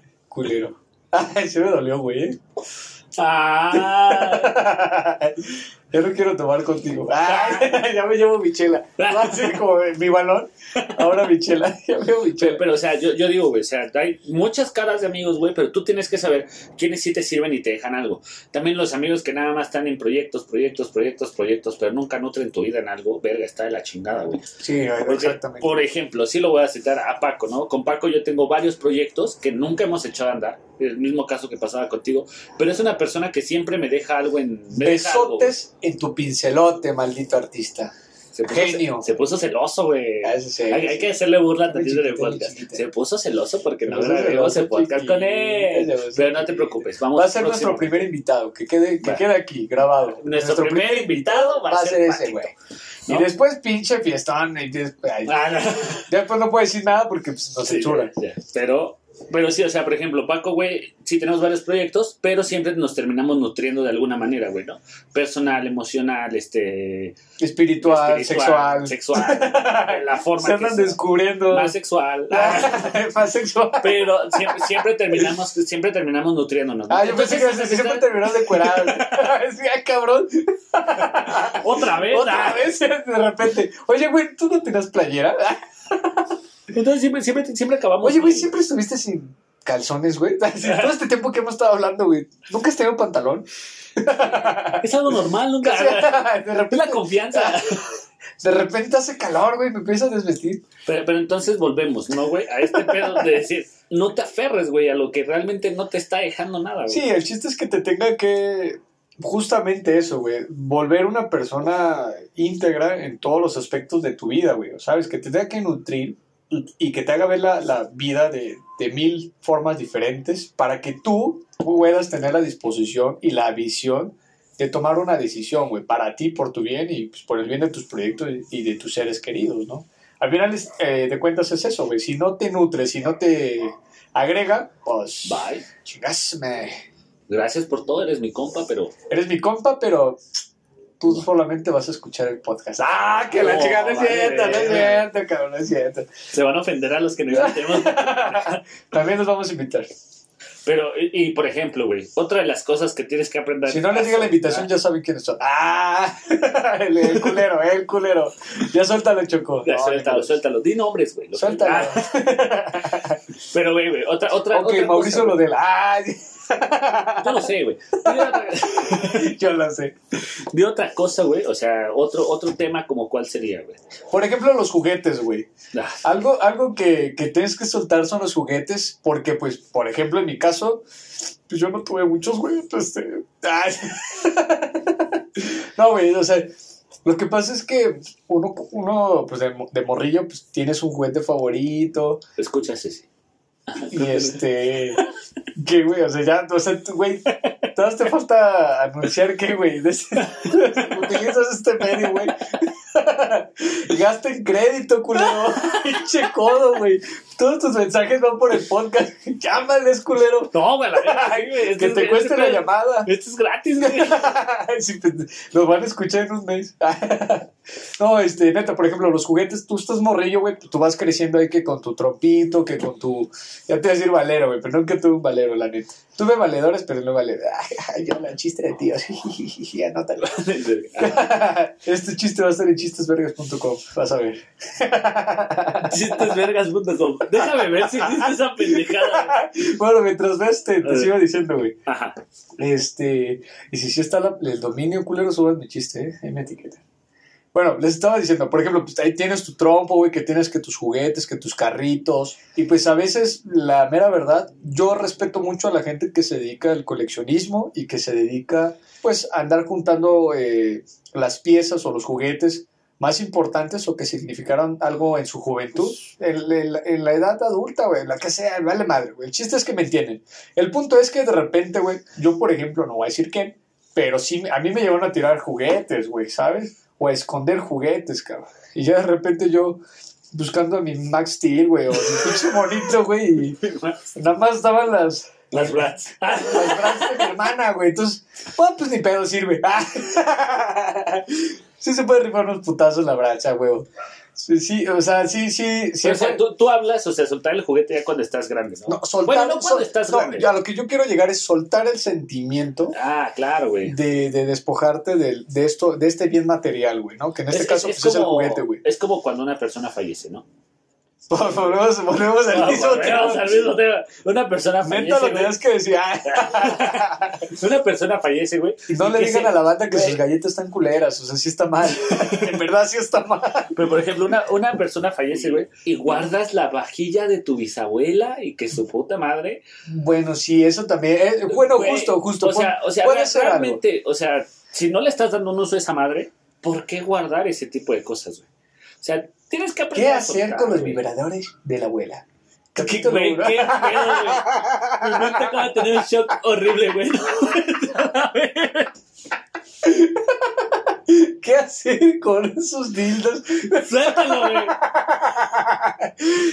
culero. Ay, se me dolió, güey. ¿eh? Ah. Yo no quiero tomar contigo. Ay, ya me llevo mi chela. Va a ser como mi balón. Ahora mi chela. Ya me llevo mi chela. Pero, o sea, yo, yo digo, güey, o sea, hay muchas caras de amigos, güey, pero tú tienes que saber quiénes sí te sirven y te dejan algo. También los amigos que nada más están en proyectos, proyectos, proyectos, proyectos, pero nunca nutren tu vida en algo, verga, está de la chingada, güey. Sí, Porque, exactamente. Por ejemplo, sí lo voy a citar a Paco, ¿no? Con Paco yo tengo varios proyectos que nunca hemos echado a andar, el mismo caso que pasaba contigo, pero es una persona que siempre me deja algo en... me deja algo, güey. Besotes en tu pincelote, maldito artista. Se puso, genio. Se puso celoso, güey. Ah, ese sí, Hay, ese hay sí. que hacerle burla Muy tantito en el chiquito, muy podcast. chiquito. Se puso celoso porque Se no puso grabamos celoso, el podcast con él. chiquito, se puso Pero no te chiquito. preocupes, vamos Va a ser próximo. nuestro primer invitado, que quede, que Va. quede aquí, grabado. Nuestro primer invitado va a ser Paquito, ese, güey. ¿no? Y después pinche fiestón. Y des- ay, Ah, no. ya después no puede decir nada porque pues, nos Sí, censuran. ya, ya. Pero, pero sí, o sea, por ejemplo, Paco, güey, sí tenemos varios proyectos, pero siempre nos terminamos nutriendo de alguna manera, güey, ¿no? Personal, emocional, este... Espiritual, sexual. Sexual. de la forma Se que andan sea. descubriendo. Más sexual. Ah, Más sexual. Pero siempre, siempre terminamos siempre terminamos nutriéndonos. ¿no? Ah, yo pensé que Entonces, se siempre está- terminaron de cuerar. Sí, ah, cabrón. otra vez. Otra ah. vez de repente. Oye, güey, ¿tú no tenías playera? Entonces siempre, siempre, siempre acabamos. Oye, güey, mal, siempre estuviste sin calzones, güey. Así, todo este tiempo que hemos estado hablando, güey. ¿Nunca has tenido pantalón? güey. Es algo normal, O nunca. sea, de, Es la repente, confianza. de repente hace calor, güey. Me empiezas a desvestir. Pero, pero entonces volvemos, ¿no, güey? A este pedo de decir, no te aferres, güey, a lo que realmente no te está dejando nada, güey. Sí, el chiste es que te tenga que. Justamente eso, güey. Volver una persona íntegra en todos los aspectos de tu vida, güey. ¿Sabes? Que te tenga que nutrir y, y que te haga ver la, la vida de, de mil formas diferentes para que tú puedas tener la disposición y la visión de tomar una decisión, güey. Para ti, por tu bien y pues, por el bien de tus proyectos y de tus seres queridos, ¿no? Al final es- eh, de cuentas es eso, güey. Si no te nutre, si no te agrega, pues... Bye. Chingasme. Gracias por todo, eres mi compa, pero. Eres mi compa, pero tú solamente vas a escuchar el podcast. ¡Ah, que la No, chica no es vale, cierto! No es verga. cierto, cabrón, no es cierto. Se van a ofender a los que no invitemos. También nos vamos a invitar. Pero, y, y, por ejemplo, güey, otra de las cosas que tienes que aprender. Si no les llega la invitación, ya saben quiénes son. ¡Ah! el, el culero, eh, el culero. Ya suéltalo, Choco. Ya, No, suéltalo, amigos. suéltalo. Di nombres, güey. los- Suéltalo. Ah, pero, güey, güey, otra, otra. ok, otra Mauricio cosa, lo del. ¡Ay! güey. Yo no sé, güey. Yo lo sé. De otra cosa, güey. O sea, otro, otro tema como cuál sería, güey. Por ejemplo, los juguetes, güey. Ah, Algo, algo que, que tienes que soltar son los juguetes, porque, pues, por ejemplo, en mi caso, pues yo no tuve muchos, güey. Este, ay. No, güey, o sea, lo que pasa es que uno, uno pues, de, mo- de morrillo, pues, tienes un juguete favorito, Escucha, Ceci. y este... Que, güey, o sea, ya, o sea, tú, güey, todavía te falta anunciar que, güey, de ese- utilizas este medio, güey. Gasta en crédito, culero. Pinche codo, güey. Todos tus mensajes van por el podcast. Llámales, culero. No, güey, la verdad, sí, güey. Que te cueste la llamada. Esto es gratis, güey. Sí, pende- Los van a escuchar en un mes. no, este, neta, por ejemplo, los juguetes, tú estás morrillo, güey, tú vas creciendo ahí que con tu trompito, que con tu. Ya te iba a decir valero, güey, pero nunca tuve un valero, la neta. Tuve valedores, pero no valero. Ay, yo la chiste de tíos. Anótalo. este chiste va a estar en chistesvergas.com, vas a ver. Chistesvergas.com. Déjame ver si existe esa pendejada. güey. bueno, mientras ves, te, te sigo diciendo, güey. Ajá. Este, y si sí está la- el dominio, culero, subas mi chiste, ¿eh? Ahí me etiqueta. Bueno, les estaba diciendo, por ejemplo, pues, ahí tienes tu trompo, güey, que tienes que tus juguetes, que tus carritos. Y pues a veces, la mera verdad, yo respeto mucho a la gente que se dedica al coleccionismo y que se dedica, pues, a andar juntando eh, las piezas o los juguetes más importantes o que significaron algo en su juventud, en, en- en la edad adulta, güey, la que sea, vale madre, güey. El chiste es que me entienden. El punto es que de repente, güey, yo por ejemplo, no voy a decir quién, pero sí, a mí me llevaron a tirar juguetes, güey, ¿sabes? O a esconder juguetes, cabrón. Y ya de repente yo buscando a mi Max Steel, güey, o mi pinche monito, güey, y nada más daban las, Las brats. las brazas de mi hermana, güey. Entonces, bueno, pues ni pedo sirve. sí se puede rifar unos putazos en la bracha, güey. Sí, sí, o sea, sí, sí, sí. o sea, tú, tú hablas, o sea, soltar el juguete ya cuando estás grande, ¿no? No, soltar, Bueno, no cuando sol- estás no, grande. yo a lo que yo quiero llegar es soltar el sentimiento Ah, claro, güey. de, de despojarte del- de, esto, de este bien material, güey, ¿no? Que en este caso pues, es el juguete, güey. es como cuando una persona fallece, ¿no? Volvemos, volvemos al Ah, mismo volvemos tema. al mismo tema. Una persona Neta fallece, lo güey. tenías que decir. ah. Una persona fallece, güey. no y le que digan se- a la banda que güey. sus galletas están culeras, o sea, sí está mal. en verdad sí está mal. Pero, por ejemplo, una, una persona fallece, güey, y guardas la vajilla de tu bisabuela y que su puta madre. Bueno, sí, eso también. eh, bueno, Güey, justo, justo. O sea, pon- o sea puede ser algo. realmente, o sea, si no le estás dando un uso a esa madre, ¿por qué guardar ese tipo de cosas, güey? O sea, tienes que aprender ¿Qué a hacer soltar, con los güey. vibradores de la abuela? ¿Qué, Capítulo güey, qué uno. pedo, güey. Mi hermano acaba de tener un shock horrible, güey. ¿Qué hacer con esos dildos? Suéltalo, güey.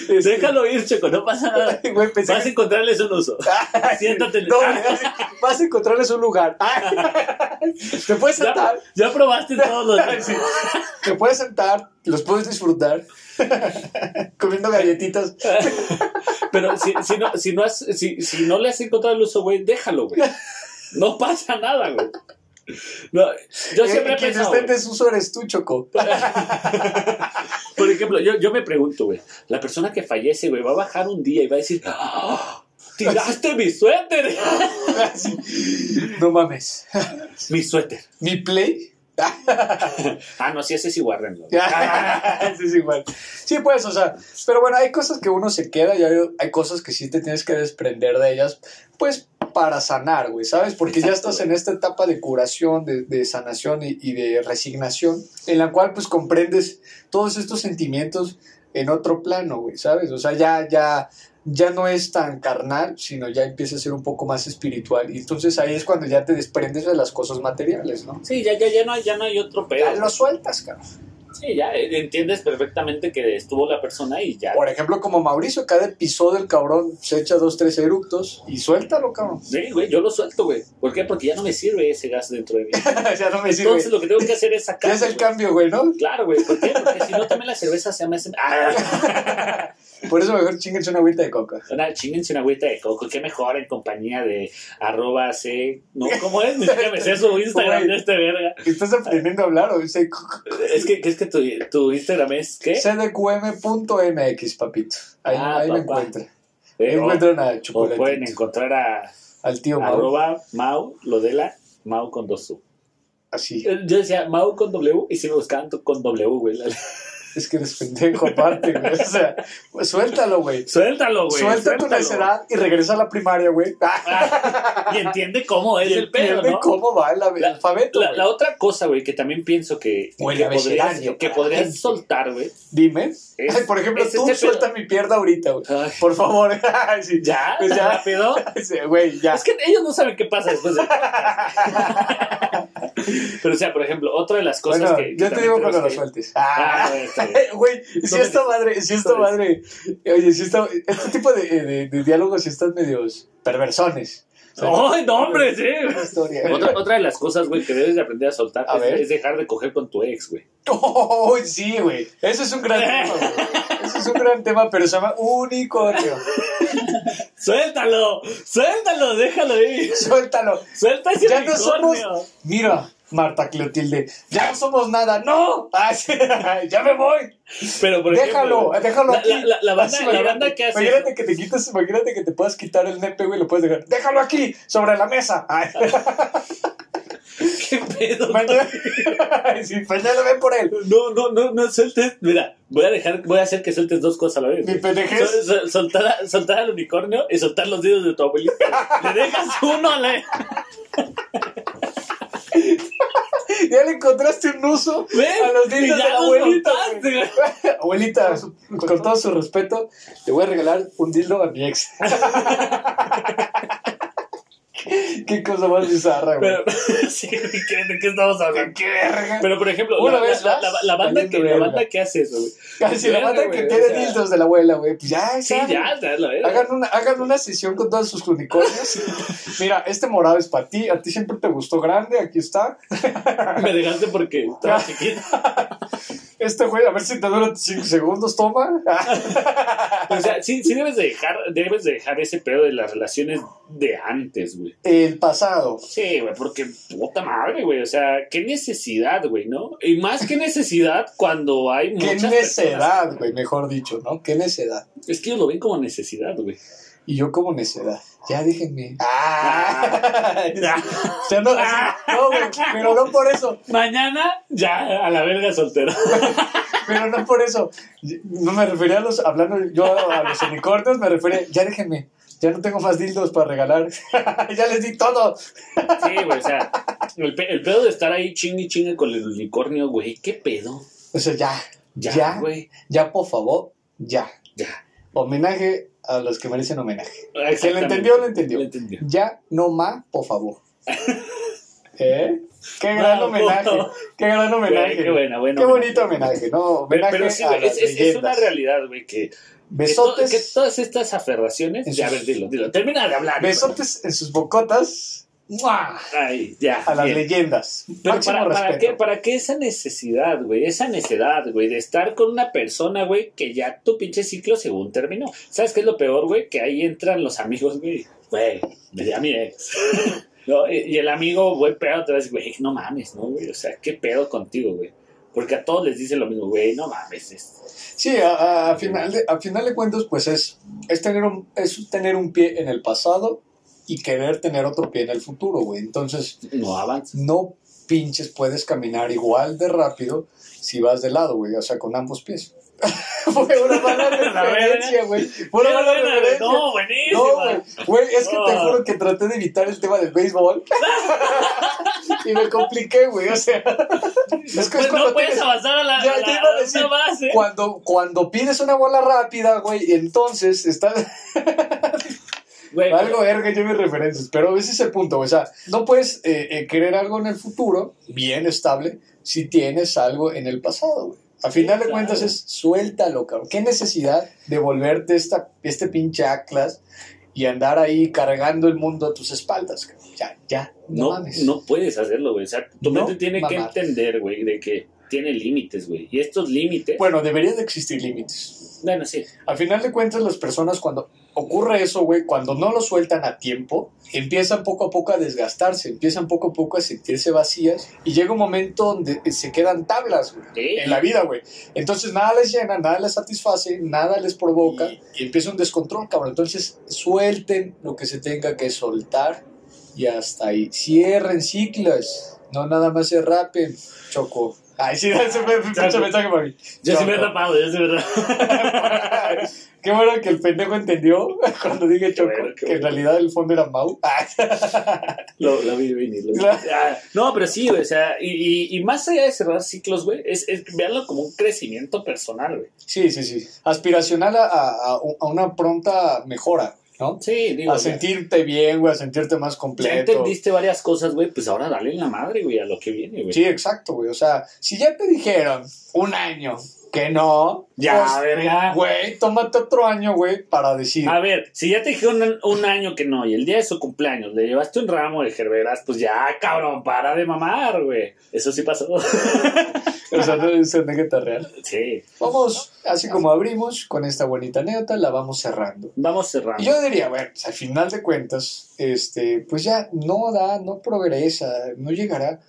Este, Déjalo ir, Choco, no pasa nada. Güey, pensé Ah, Vas a que- encontrarles un uso. Ay, Siéntate. Ah, no, güey, así, vas a encontrarles un lugar. Ay, te puedes Ya, sentar. ya probaste todos los. Sí, Te puedes sentar, los puedes disfrutar. Comiendo galletitas. Pero si, si, no, si, no has, si, si no le has encontrado el uso, güey, déjalo, güey. No pasa nada, güey. No, yo Eh, siempre he quien pensado. está en güey. desuso eres tú, Choco. Por ejemplo, yo, yo me pregunto, güey, la persona que fallece, güey, va a bajar un día y va a decir, "Ah, tiraste mi suéter, Así. No mames. mi suéter. ¿Mi play? Ah, no, sí, ese sí Ah, guárdenlo. Eso es igual. Sí, pues, o sea, pero bueno, hay cosas que uno se queda y hay, hay cosas que sí te tienes que desprender de ellas, pues para sanar, güey, ¿sabes? Porque ya Exacto, estás güey. en esta etapa de curación, de, de sanación y, y de resignación, en la cual pues comprendes todos estos sentimientos en otro plano, güey, ¿sabes? O sea, ya, ya, ya no es tan carnal, sino ya empieza a ser un poco más espiritual. Y entonces ahí es cuando ya te desprendes de las cosas materiales, ¿no? Sí, ya, ya, ya, no, hay- ya no hay otro Ya pedo. lo sueltas, cabrón. Sí, ya eh, entiendes perfectamente que estuvo la persona y ya. Por ejemplo, como Mauricio, cada episodio el cabrón se echa dos, tres eructos y suéltalo, cabrón. Sí, güey, yo lo suelto, güey. ¿Por qué? Porque ya no me sirve ese gas dentro de mí. ya no me sirve. Entonces lo que tengo que hacer es Ya sacar. es el cambio, güey, ¿no? Claro, güey. ¿Por qué? Porque si no, también la cerveza se me hace. Ah. Por eso mejor chinguense una agüita de coca. Una, chinguense una agüita de coco. Qué mejor en compañía de arroba C. No, ¿cómo es? Ni siquiera me sé su Instagram de este verga. ¿Estás aprendiendo a hablar o dice Es que, es que tu, tu Instagram es ¿qué? Eh, cdqm.mx, papito? Ahí, Ah, ahí me papá. encuentran. Eh, Ahí o- encuentran o a pueden Chocolatito, encontrar a al tío Mau. arroba Mau Lodela Mau con dos U. Así. Yo decía Mau con W y si me buscaban to- con W, güey. Es que eres pendejo aparte, güey. O sea, pues, suéltalo, güey. Suéltalo, güey. Suelta tu suéltalo. necedad y regresa a la primaria, güey. Ah, y entiende cómo es Y el pedo, entiende ¿no? cómo va el La- alfabeto. La, güey. la otra cosa, güey, que también pienso que, O el que podrías, abecedario que para podrías la gente. soltar, güey. Dime. es- Ay, por ejemplo, es tú este pedo. suelta mi pierna ahorita, güey. Ay, Por favor. Ay, sí. ¿Ya? Pues ¿Tan ya. rápido? Sí, Güey, ya. Es que ellos no saben qué pasa después del podcast. Pero, o sea, por ejemplo, otra de las cosas Bueno, que... que yo te también digo tenemos cuando lo que- sueltes. Ah, Ah. bueno, está bien. Güey, si me esta madre, si esta no me- madre, oye, si esta, este tipo de, de- de diálogos si están medios perversones. O sea, ¡Ay, no, hombre, sí! una historia. Otra, otra de las cosas, güey, que debes de aprender a soltar A es, ver. es dejar de coger con tu ex, güey. Oh, sí, güey. Eso es un gran tema, güey. Eso es un gran tema, pero se llama unicornio. ¡Suéltalo! ¡Suéltalo! ¡Déjalo ir! Suéltalo. ¡Suelta ese Ya no unicornio! somos- Mira, Marta Clotilde, ya no somos nada. ¡No! Ay, sí, ya me voy. Pero, por déjalo, eh, ejemplo, déjalo la- aquí. la- la- la banda- Así, la imagínate- banda que hace Imagínate que te quitas, imagínate que te puedas quitar el nepe, güey, lo puedes dejar. ¡Déjalo aquí! ¡Sobre la mesa! Ay, ¿Qué pedo? mañana, Ay, sí, mañana ven por él. No, no, no, no sueltes. Mira, voy a dejar, voy a hacer que sueltes dos cosas a la vez. Mi güey. pendejez. Sol- sol- soltar, a- soltar al unicornio y soltar los dedos de tu abuelita. Le dejas uno a la. Ya le encontraste un uso ¿Ves? a los Y ya dientes de la los abuelita. soltaste, güey. güey. Abuelita, con todo su respeto, le voy a regalar un dildo a mi ex. Qué cosa más bizarra, güey. Pero, sí, ¿de qué, de qué estamos hablando? Qué verga. Pero, por ejemplo, Una la, vez la- más, la- la banda que, valiendo la verga. banda que hace eso, güey. Casi la Verga, banda que güey, tiene o sea, dildos de la abuela, güey. Pues ya, Sí, saben. ya, ya, la verdad. Hagan una, hagan una sesión con todos sus unicornios. Mira, este morado es para ti. A ti siempre te gustó grande. Aquí está. Me dejaste porque estaba chiquito. Este güey, a ver si te dura 5 segundos. Toma. O sea, sí, sí debes de dejar, debes de dejar ese pedo de las relaciones de antes, güey. El pasado. Sí, güey, porque puta madre, güey. O sea, qué necesidad, güey, ¿no? Y más que necesidad cuando hay Qué muchas personas. necedad, güey. Mejor dicho, ¿no? Qué necedad. Es que ellos lo ven como necesidad, güey. Y yo como necedad. Ya déjenme. Ah. O sea, no, Ah. así- no, güey, pero no por eso. Mañana ya a la verga soltero. Pero no por eso. No me refería a los. Hablando yo a los unicornios, me refería. Ya déjenme. Ya no tengo más dildos para regalar. ya les di todo. Sí, güey, o sea, el, pe- el pedo de estar ahí chingue y chingue con el unicornio, güey, qué pedo. O sea, ya. Ya, Ya. Ya, güey. por favor. Ya. Ya. Homenaje a los que merecen homenaje. Exactamente. lo entendió, lo entendió. Lo entendió. Ya, no más, por favor. ¿Eh? Qué gran Bravo. homenaje. Qué gran homenaje. Güey, qué buena, buena. Qué buena. bonito homenaje, ¿no? Pero, Homenaje pero sí, a güey, las es, es- es una leyendas. realidad, güey, que, que to- que Besotes, todas estas aferraciones. En Ya, a sus- ver, dilo, dilo. Termina de hablar. besotes en sus bocotas. ¡Mua! Ay, ya. A las bien. leyendas. Pero Máximo para, para qué, respeto. ¿para qué esa necesidad, güey? Esa necedad, güey, de estar con una persona, güey, que ya tu pinche ciclo según terminó. ¿Sabes qué es lo peor, güey? Que ahí entran los amigos, güey. Güey, me di a mi ex. ¿No? eh, Y y el amigo, güey, pedo te va a decir, güey, no mames, ¿no, güey? O sea, ¿qué pedo contigo, güey? Porque a todos les dicen lo mismo, güey, no mames. es- Sí, a, a- a final de, a final de cuentas, pues es, es, tener un, es tener un pie en el pasado y querer tener otro pie en el futuro, güey. Entonces, No avanza. no pinches puedes caminar igual de rápido si vas de lado, güey. O sea, con ambos pies. Fue una mala La referencia, güey. Fue una Qué mala buena, güey. referencia. No, No, buenísima. güey. Güey, es que te No. juro que traté de evitar el tema del béisbol. y me compliqué, güey. O sea, es que es Pues no cuando, puedes tienes- avanzar a la, Ya, a la- te iba a a la decir, base. cuando, cuando pides una bola rápida, güey, entonces estás. Güey, Algo verga, yo mis referencias. Pero ese es el punto, güey. O sea, no puedes eh, eh, querer algo en el futuro, bien estable, si tienes algo en el pasado, güey. A final de claro. cuentas es suéltalo, cabrón. ¿Qué necesidad de volverte esta, este pinche Atlas y andar ahí cargando el mundo a tus espaldas, cabrón? Ya, ya, no, No, mames. no puedes hacerlo, güey. O sea, tu No mente tiene que mamar. entender, güey, de que tiene límites, güey. Y estos límites. Bueno, deberían de existir límites. Bueno, sí. Al final de cuentas, las personas cuando ocurre eso, güey, cuando no lo sueltan a tiempo, empiezan poco a poco a desgastarse, empiezan poco a poco a sentirse vacías y llega un momento donde eh, se quedan tablas, güey, Sí. en la vida, güey. Entonces nada les llena, nada les satisface, nada les provoca Y- y empieza un descontrol, cabrón. Entonces suelten lo que se tenga que soltar y hasta ahí. Cierren ciclos, no nada más se rapen, choco. Ay, sí, ese fue mucho mensaje para mí. Yo sí me he Choco. tapado, yo sí me he tapado. Qué bueno que el pendejo entendió cuando dije Choco, bueno, qué que en bueno. realidad el fondo era Mau. Ah, Lo, lo vi venir. lo vi. Claro. Ah, No, pero sí, güey. O sea, y, y- y más allá de cerrar ciclos, güey, es, es verlo como un crecimiento personal, güey. sí, sí, sí. Aspiracional a, a- a una pronta mejora, ¿no? Sí, digo. A ya- sentirte bien, güey, a sentirte más Ya completo. entendiste varias cosas, güey, pues ahora dale en la madre, güey, a lo que viene, güey. Sí, exacto, güey. O sea, si ya te dijeron un año que no, Ya, pues, verga. Ah. güey, tómate otro año, güey, para decir. A ver, si ya te dijeron un, un año que no y el día de su cumpleaños le llevaste un ramo de gerberas, pues ya, cabrón, para de mamar, güey. Eso sí pasó. O sea, no es una anécdota real. sí. Vamos, así como abrimos con esta bonita anécdota, la vamos cerrando. Vamos Y cerrando. yo diría, bueno, pues, al final de cuentas, este, pues ya no da, no progresa, no llegará.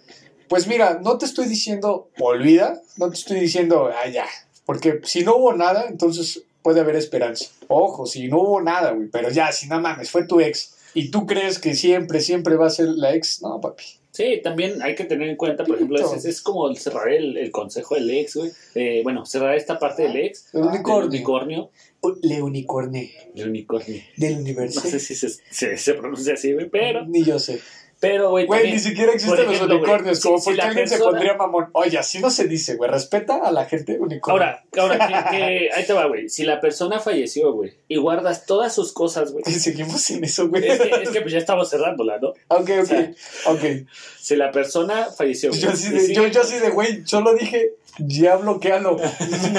Pues mira, no te estoy diciendo olvida, no te estoy diciendo, ah, ya, porque si no hubo nada, entonces puede haber esperanza. Ojo, si no hubo nada, güey, pero ya, si no mames, fue tu ex. Y tú crees que siempre, siempre va a ser la ex. No, papi. Sí, también hay que tener en cuenta, por ejemplo, Poquito. es, es como el cerrar el, el consejo del ex, güey. Eh, bueno, cerrar esta parte del ex. El unicornio. Del unicornio. Le unicorné El unicornio. del No universo. sé si se, se- se pronuncia así, güey, pero, Ni yo sé. pero, güey. Güey, también- ni siquiera por existen ejemplo, los unicornios. güey, como si- si porque la alguien se persona- pondría mamón. Oye, así no se dice, güey. Respeta a la gente unicornio. Ahora, ahora que, que- ahí te va, güey. Si la persona falleció, güey, y guardas todas sus cosas, güey. Y seguimos sin eso, güey. Es que, es que pues ya estamos cerrándola, ¿no? Ok, ok, sea, ok. Si la persona falleció, güey. Yo así y de, sigue- yo, yo así de, güey, solo dije, ya bloquealo.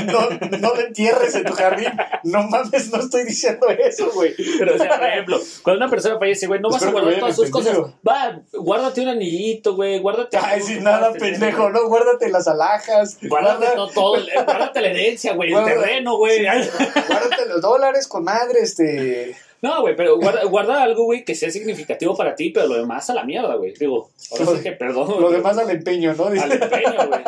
No, no lo entierres en tu jardín. No mames, no estoy diciendo eso, güey. Pero, o sea, por ejemplo, cuando una persona fallece, güey, no vas a Espero que guardar lo todas hayan sus cosas. entendido. Va, guárdate un anillito, güey, guárdate. Ay, algo que sin nada, puedas tener, pendejo, güey. ¿no? Guárdate las alhajas. Guárdate guarda- to- todo, el- guárdate la herencia, güey, el Guarda- terreno, güey. Guárdate los dólares con madre, este. No, güey, pero guarda, guarda algo, güey, que sea significativo para ti, pero lo demás a la mierda, güey. Digo, ahora Lo- sí que perdón. Lo güey, demás al empeño, ¿no? Al empeño, güey.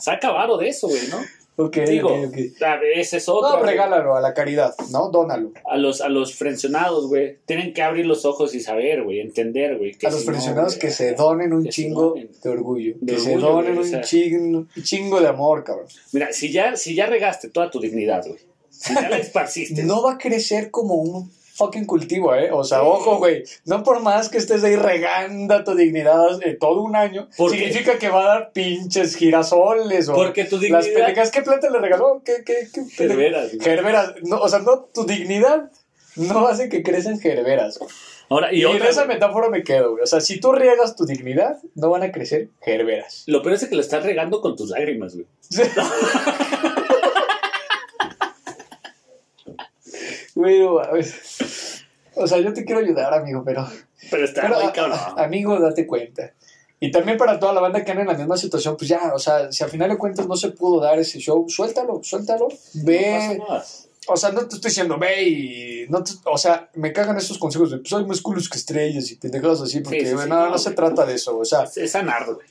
Saca varo de eso, güey, ¿no? Ok, Digo, ok, ok. a- ese es otro. No, güey. regálalo a la caridad, ¿no? Dónalo. a los, a los frencionados, güey, tienen que abrir los ojos y saber, güey, entender, güey. que a los si no, pensionados güey, que se donen un que se chingo donen. de orgullo. De que se orgullo, donen güey, o un sea. chingo, chingo de amor, cabrón. Mira, si ya, si ya regaste toda tu dignidad, güey, si ya la esparciste, No va a crecer como un fucking cultivo, ¿eh? O sea, ojo, güey. No por más que estés ahí regando tu dignidad eh, todo un año, ¿Por qué? significa que va a dar pinches girasoles o porque tu las dignidad... pendejas. ¿Qué planta le regaló? ¿Qué, qué, qué pendeja? Gerberas, güey. Gerberas. No, o sea, no, tu dignidad no hace que crecen gerberas. güey. Ahora, y, Y, en otra, esa güey, metáfora me quedo, güey. O sea, si tú riegas tu dignidad, no van a crecer gerberas. lo peor es que lo estás regando con tus lágrimas, güey. Güey, no mames. O sea, yo te quiero ayudar, amigo, pero. Pero está pero, muy a- cabrón. a- amigo, date cuenta. Y también para toda la banda que anda en la misma situación, pues ya, o sea, si al final de cuentas no se pudo dar ese show, suéltalo, suéltalo, ve. No pasa o sea, no te estoy diciendo, ve y. No te- o sea, me cagan esos consejos de, pues hay más culos que estrellas y pendejadas así, porque sí, güey, sí, no, no, no se güey. trata de eso, o sea nada. Es, es sanar, güey.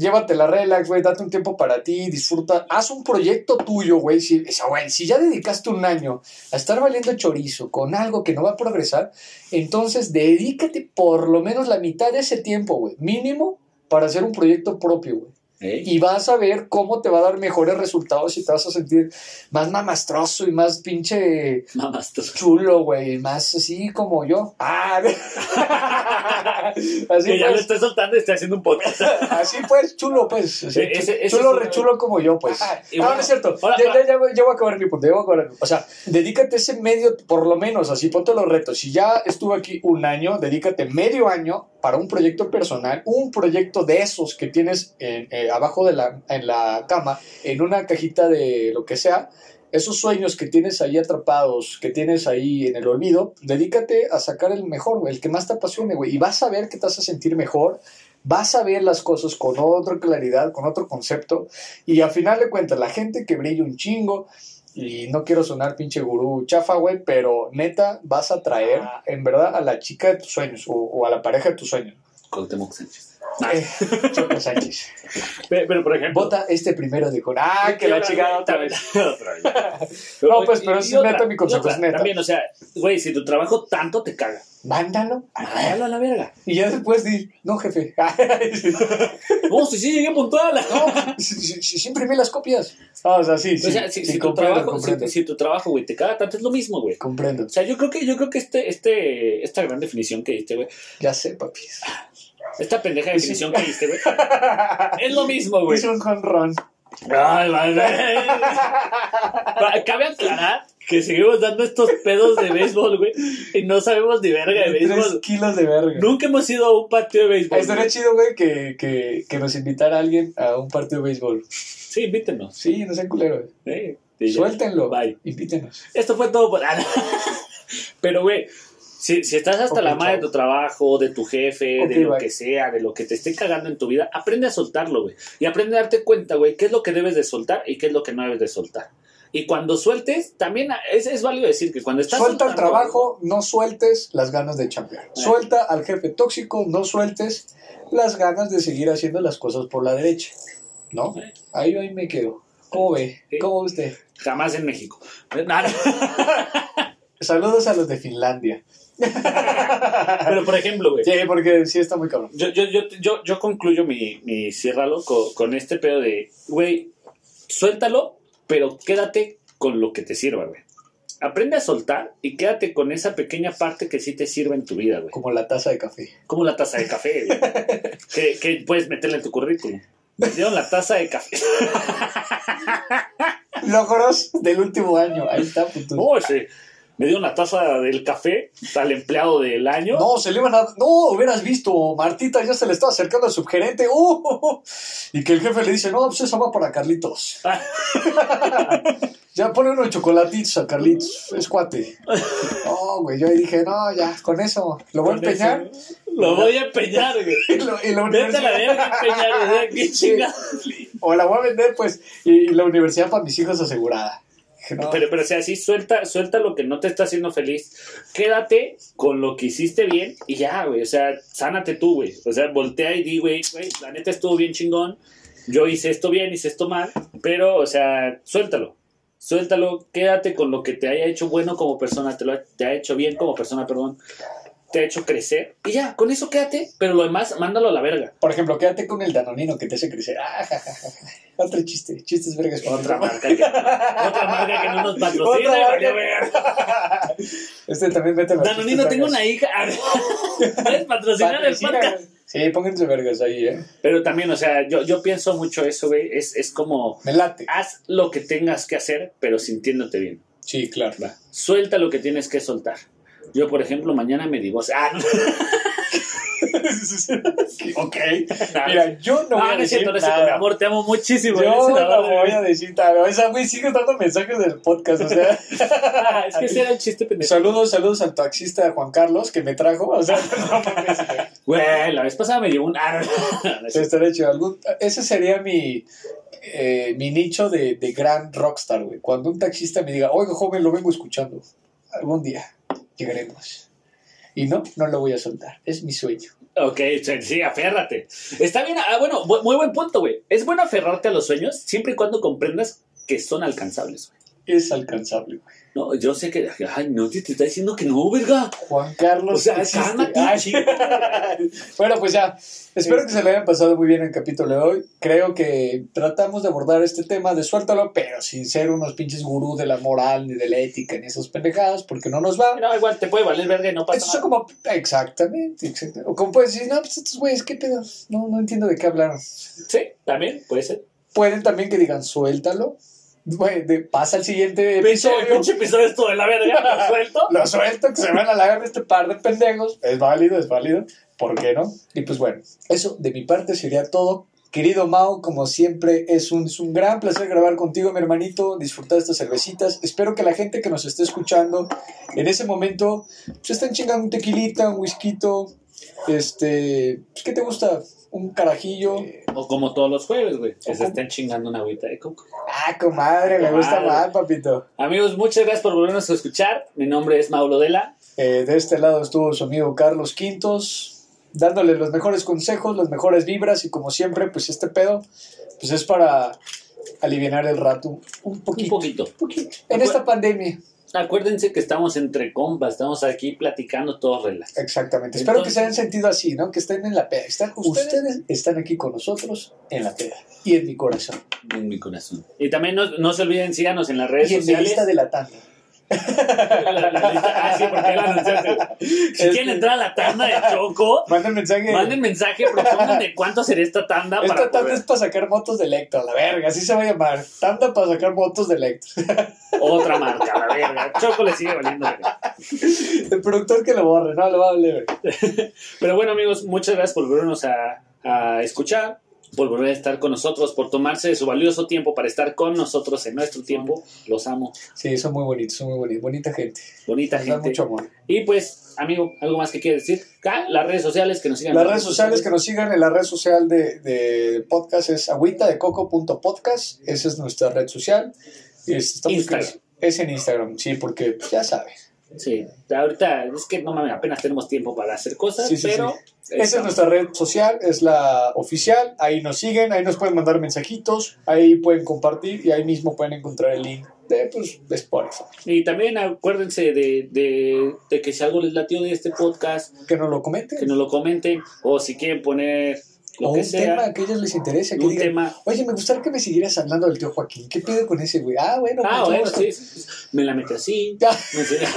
llévate la relax, güey, date un tiempo para ti, disfruta, haz un proyecto tuyo, güey. Si, o sea, güey, si ya dedicaste un año a estar valiendo chorizo con algo que no va a progresar, entonces dedícate por lo menos la mitad de ese tiempo, güey, mínimo, para hacer un proyecto propio, güey. ¿eh? Y vas a ver cómo te va a dar mejores resultados y te vas a sentir más mamastroso y más pinche Mamás, tú. chulo, güey, más así como yo. Ah, así Que ya lo pues. estoy soltando y estoy haciendo un podcast. Así pues, chulo, pues. así, E- ese- ese chulo, es re un- chulo como yo, pues. Ajá, y no, bueno, no es cierto. ahora- ya, ahora- ya- ya voy, ya voy a acabar mi punto. ya voy a acabar mi- O sea, dedícate ese medio, por lo menos, así, ponte los retos. Si ya estuve aquí un año, dedícate medio año para un proyecto personal, un proyecto de esos que tienes en, eh, abajo de la, en la cama, en una cajita de lo que sea. Esos sueños que tienes ahí atrapados, que tienes ahí en el olvido, dedícate a sacar el mejor, güey, el que más te apasione, güey. Y vas a ver que te vas a sentir mejor, vas a ver las cosas con otra claridad, con otro concepto. Y al final de cuentas, la gente que brilla un chingo, y no quiero sonar pinche gurú chafa, güey, pero neta, vas a traer en verdad a la chica de tus sueños o, o a la pareja de tus sueños. Cuauhtémoc Sánchez. Eh, Choco Sánchez. Pero, pero, por ejemplo. Vota este primero de con. Ah, que la chingada otra vez. Otra vez. No, pues, y- pero y es otra, neta mi consejo, y otra, es neta. También, o sea, güey, si tu trabajo tanto te caga, Mándalo. a la verga. mándalo a la verga. Y ya después di, no, jefe. No, si ¡Oh, sí llegué puntual. Si- si- si- Siempre me las copias. Ah, o sea, sí, sí. o sea, si, sí, si tu comprendo, trabajo, si, comprendo. si tu trabajo, güey, te caga tanto, es lo mismo, güey. Comprendo. O sea, yo creo que, yo creo que este, este, esta gran definición que diste, güey, Ya sé, papi. esta pendeja definición que diste, güey, es lo mismo, güey. Es un jonrón. Ay, madre. Pa- Cabe aclarar que seguimos dando estos pedos de béisbol, güey, y no sabemos ni verga de Tres béisbol. kilos de verga. Ah, Nunca hemos ido a un patio de béisbol. Estaría güey. chido, güey, que, que, que nos invitara alguien a un partido de béisbol. Sí, invítenos. Sí, no sean culeros. eh, y ya. Suéltenlo. Bye. Invítenos. Esto fue todo por. Ah, no. Pero, güey, si, si estás hasta Ok, la madre de chao. tu trabajo, de tu jefe, Ok, de lo bye. que sea, de lo que te esté cagando en tu vida, aprende a soltarlo, güey. Y aprende a darte cuenta, güey, qué es lo que debes de soltar y qué es lo que no debes de soltar. Y cuando sueltes, también ah, es, es válido decir que cuando estás. Suelta el soltando algo, trabajo, no sueltes las ganas de chambear. Suelta al jefe tóxico, no sueltes las ganas de seguir haciendo las cosas por la derecha. ¿No? Eh. Ahí, ahí me quedo. ¿Cómo ve? Sí. ¿Cómo ve usted? Jamás en México. Nada. Saludos a los de Finlandia. Pero, por ejemplo, güey. Sí, porque sí está muy cabrón. Yo, yo, yo, yo, yo concluyo mi, mi ciérralo co- con, este pedo de, güey, suéltalo, pero quédate con lo que te sirva, güey. Aprende a soltar y quédate con esa pequeña parte que sí te sirve en tu vida, güey. Como la taza de café. Como la taza de café, güey. que, que puedes meterla en tu currículum. Me dieron la taza de café. Logros del último año. Ahí está, puto. Oh, sí. Me dieron la taza del café al empleado del año. No, se le iban a. No, hubieras visto. Martita ya se le estaba acercando al subgerente. ¡Uh! Y que el jefe le dice: No, pues eso va para Carlitos. ya pone unos chocolatitos a Carlitos. Es cuate. No, güey. Yo ahí dije: No, ya, con eso. Lo voy a empeñar. Lo voy a empeñar, güey. Y lo, y la Vete a la universidad- verga, empeñar, güey. Qué chingada. o la voy a vender, pues. Y la universidad para mis hijos asegurada. Dije, no, Pero, pero o sea, sí, suelta, suelta lo que no te está haciendo feliz. Quédate con lo que hiciste bien y ya, güey. O sea, sánate tú, güey. O sea, voltea y di, güey, güey, la neta estuvo bien chingón. Yo hice esto bien, hice esto mal. Pero, o sea, suéltalo. Suéltalo, quédate con lo que te haya hecho bueno como persona, te lo ha- te ha hecho bien como persona, perdón. Te ha hecho crecer. Y ya, con eso quédate, pero lo demás, mándalo a la verga. Por ejemplo, quédate con el danonino que te hace crecer. Ah, ja, ja, ja, ja. Otro chiste. Chistes vergas. con Otra el- marca que, otra marca que no nos patrocina. Otra y valió marca. verga. Este también vete a los Danonino, chistes tengo vergas. una hija. ¿Puedes patrocinar el Patrocina, podcast? güey. Sí, pónganse vergas ahí, ¿eh? Pero también, o sea, yo, yo pienso mucho eso, güey. Es, es como, Me late. haz lo que tengas que hacer, pero sintiéndote bien. Sí, claro. Va. Suelta lo que tienes que soltar. Yo, por ejemplo, mañana me divorcio. Ah, no. ok. Mira, yo No, no voy a Ah, no es decir cierto, no es cierto, mi nada. amor, te amo muchísimo. Eres yo la no madre. voy a decir nada. O sea, güey, sigue dando mensajes del podcast, o sea. Ah, es que ese era el chiste pendejo. saludos, saludos al taxista Juan Carlos que me trajo. O sea, no mames, güey. Güey, la vez pasada me llevó un... Ah, no. No es Sí, cierto. estaría chido. Algún- ese sería mi, eh, mi nicho de, de gran rockstar, güey. Cuando un taxista me diga, oiga, joven, lo vengo escuchando. Algún día llegaremos. Y no, no lo voy a soltar. Es mi sueño. Ok, sí, sí, aférrate. Está bien, ah, bueno, bu- muy buen punto, güey. Es bueno aferrarte a los sueños siempre y cuando comprendas que son alcanzables, güey. Es alcanzable, güey. No, yo sé que... Ay, no, te, te está diciendo que no, verga. Juan Carlos. O sea, existe. cálmate, Ay, chico. bueno, pues ya. Espero que se le hayan pasado muy bien el capítulo de hoy. Creo que tratamos de abordar este tema de suéltalo, pero sin ser unos pinches gurú de la moral, ni de la ética, ni esas pendejadas, porque no nos va. No, igual te puede valer verga y no pasa Estos son nada. como. Exactamente, exactamente. O como puedes decir, no, pues estos güeyes, ¿qué pedo? No, no entiendo de qué hablaron. Sí, también puede ser. Pueden también que digan, suéltalo. Güey, de- pasa al siguiente Pinche episodio. pinche episodio esto de la verga, ¿lo suelto. Lo suelto, que se van a la verga este par de pendejos. Es válido, es válido. ¿Por qué no? Y pues bueno, eso de mi parte sería todo. Querido Mao, como siempre, es un, es un gran placer grabar contigo, mi hermanito, disfrutar estas cervecitas. Espero que la gente que nos esté escuchando en ese momento se estén chingando un tequilita, un whisky, este, pues, ¿qué te gusta? un carajillo. O como todos los jueves, güey. Que O se como- estén chingando una agüita de coco. Ah, comadre, me gusta Comadre. mal, papito. Amigos, muchas gracias por volvernos a escuchar. Mi nombre es Mauro Dela. Eh, de este lado estuvo su amigo Carlos Quintos, dándole los mejores consejos, las mejores vibras y como siempre, pues este pedo, pues es para aliviar el rato un Un poquito. poquito. poquito. En esta pandemia, Acuérdense que estamos entre compas, estamos aquí platicando todos relax. exactamente. Espero que Entonces- se hayan sentido así, ¿no? Que estén en la peda. Están- Ustedes- ustedes, están aquí con nosotros en la peda y en mi corazón. En mi corazón. Y también no, no se olviden, síganos en las redes Y en mi sociales. lista de la tanda. La- la- la lista- ah, sí, porque ya la anunciaste. Este Si quieren entrar a la tanda de Choco, Manden mensaje. manden mensaje, propongan de cuánto sería esta tanda Esta para tanda poder- es para sacar motos de Electra, la verga, así se va a llamar. Tanda para sacar motos de Electra. otra marca, la verga. Choco le sigue valiendo. verga. El productor que lo borre, no le va a valer. Pero bueno, amigos, muchas gracias por volvernos a, a escuchar, por volver a estar con nosotros, por tomarse su valioso tiempo para estar con nosotros en nuestro tiempo. Los amo. Sí, son muy bonitos, son muy bonitos. Bonita gente. Bonita Nos da gente. mucho amor. Y pues, amigo, ¿algo más que quieres decir? Ah, las redes sociales que nos sigan. Las redes sociales que nos sigan en la red social de, de podcast es agüitadecoco.podcast. Esa es nuestra red social. Es, estamos Instagram. creci- Es en Instagram, sí, porque ya sabes. Sí, ahorita es que no mames, apenas tenemos tiempo para hacer cosas, Sí, sí, pero. Esa es nuestra red social, es la oficial. Ahí nos siguen, ahí nos pueden mandar mensajitos, ahí pueden compartir y ahí mismo pueden encontrar el link de, pues, de Spotify. Y también acuérdense de, de, de que si algo les latió de este podcast, Que nos lo que comenten. nos lo comenten, o si quieren poner lo O que un sea, tema que a ellos les interese. Que un digan, tema. Oye, me gustaría que me siguieras hablando del tío Joaquín. ¿Qué pedo con ese güey? Ah, bueno. Ah, pues, bueno, vamos a- sí, sí, sí. me la metí así. Ya. me enseñé-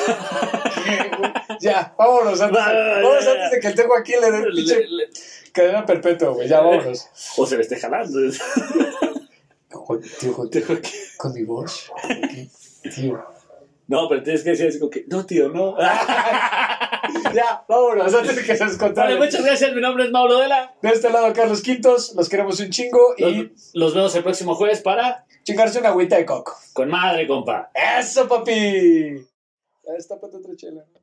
Ya, vámonos antes, de, vámonos antes de que el tengo aquí le dé le- pinche le- cadena perpetua, güey. Ya, vámonos. o se le esté jalando. Jo- Tío, jo- con mi voz. aquí, Tío. No, pero tienes que decir así como que, no, tío, no. Ya, vámonos antes de que se Vale, descontrole. muchas gracias, mi nombre es Mauro Dela. De este lado, Carlos Quintos. Los queremos un chingo y Los, los vemos el próximo jueves para chingarse una agüita de coco. Con Madre, compa. ¡Eso, papi! Ya, Destápate otra chela.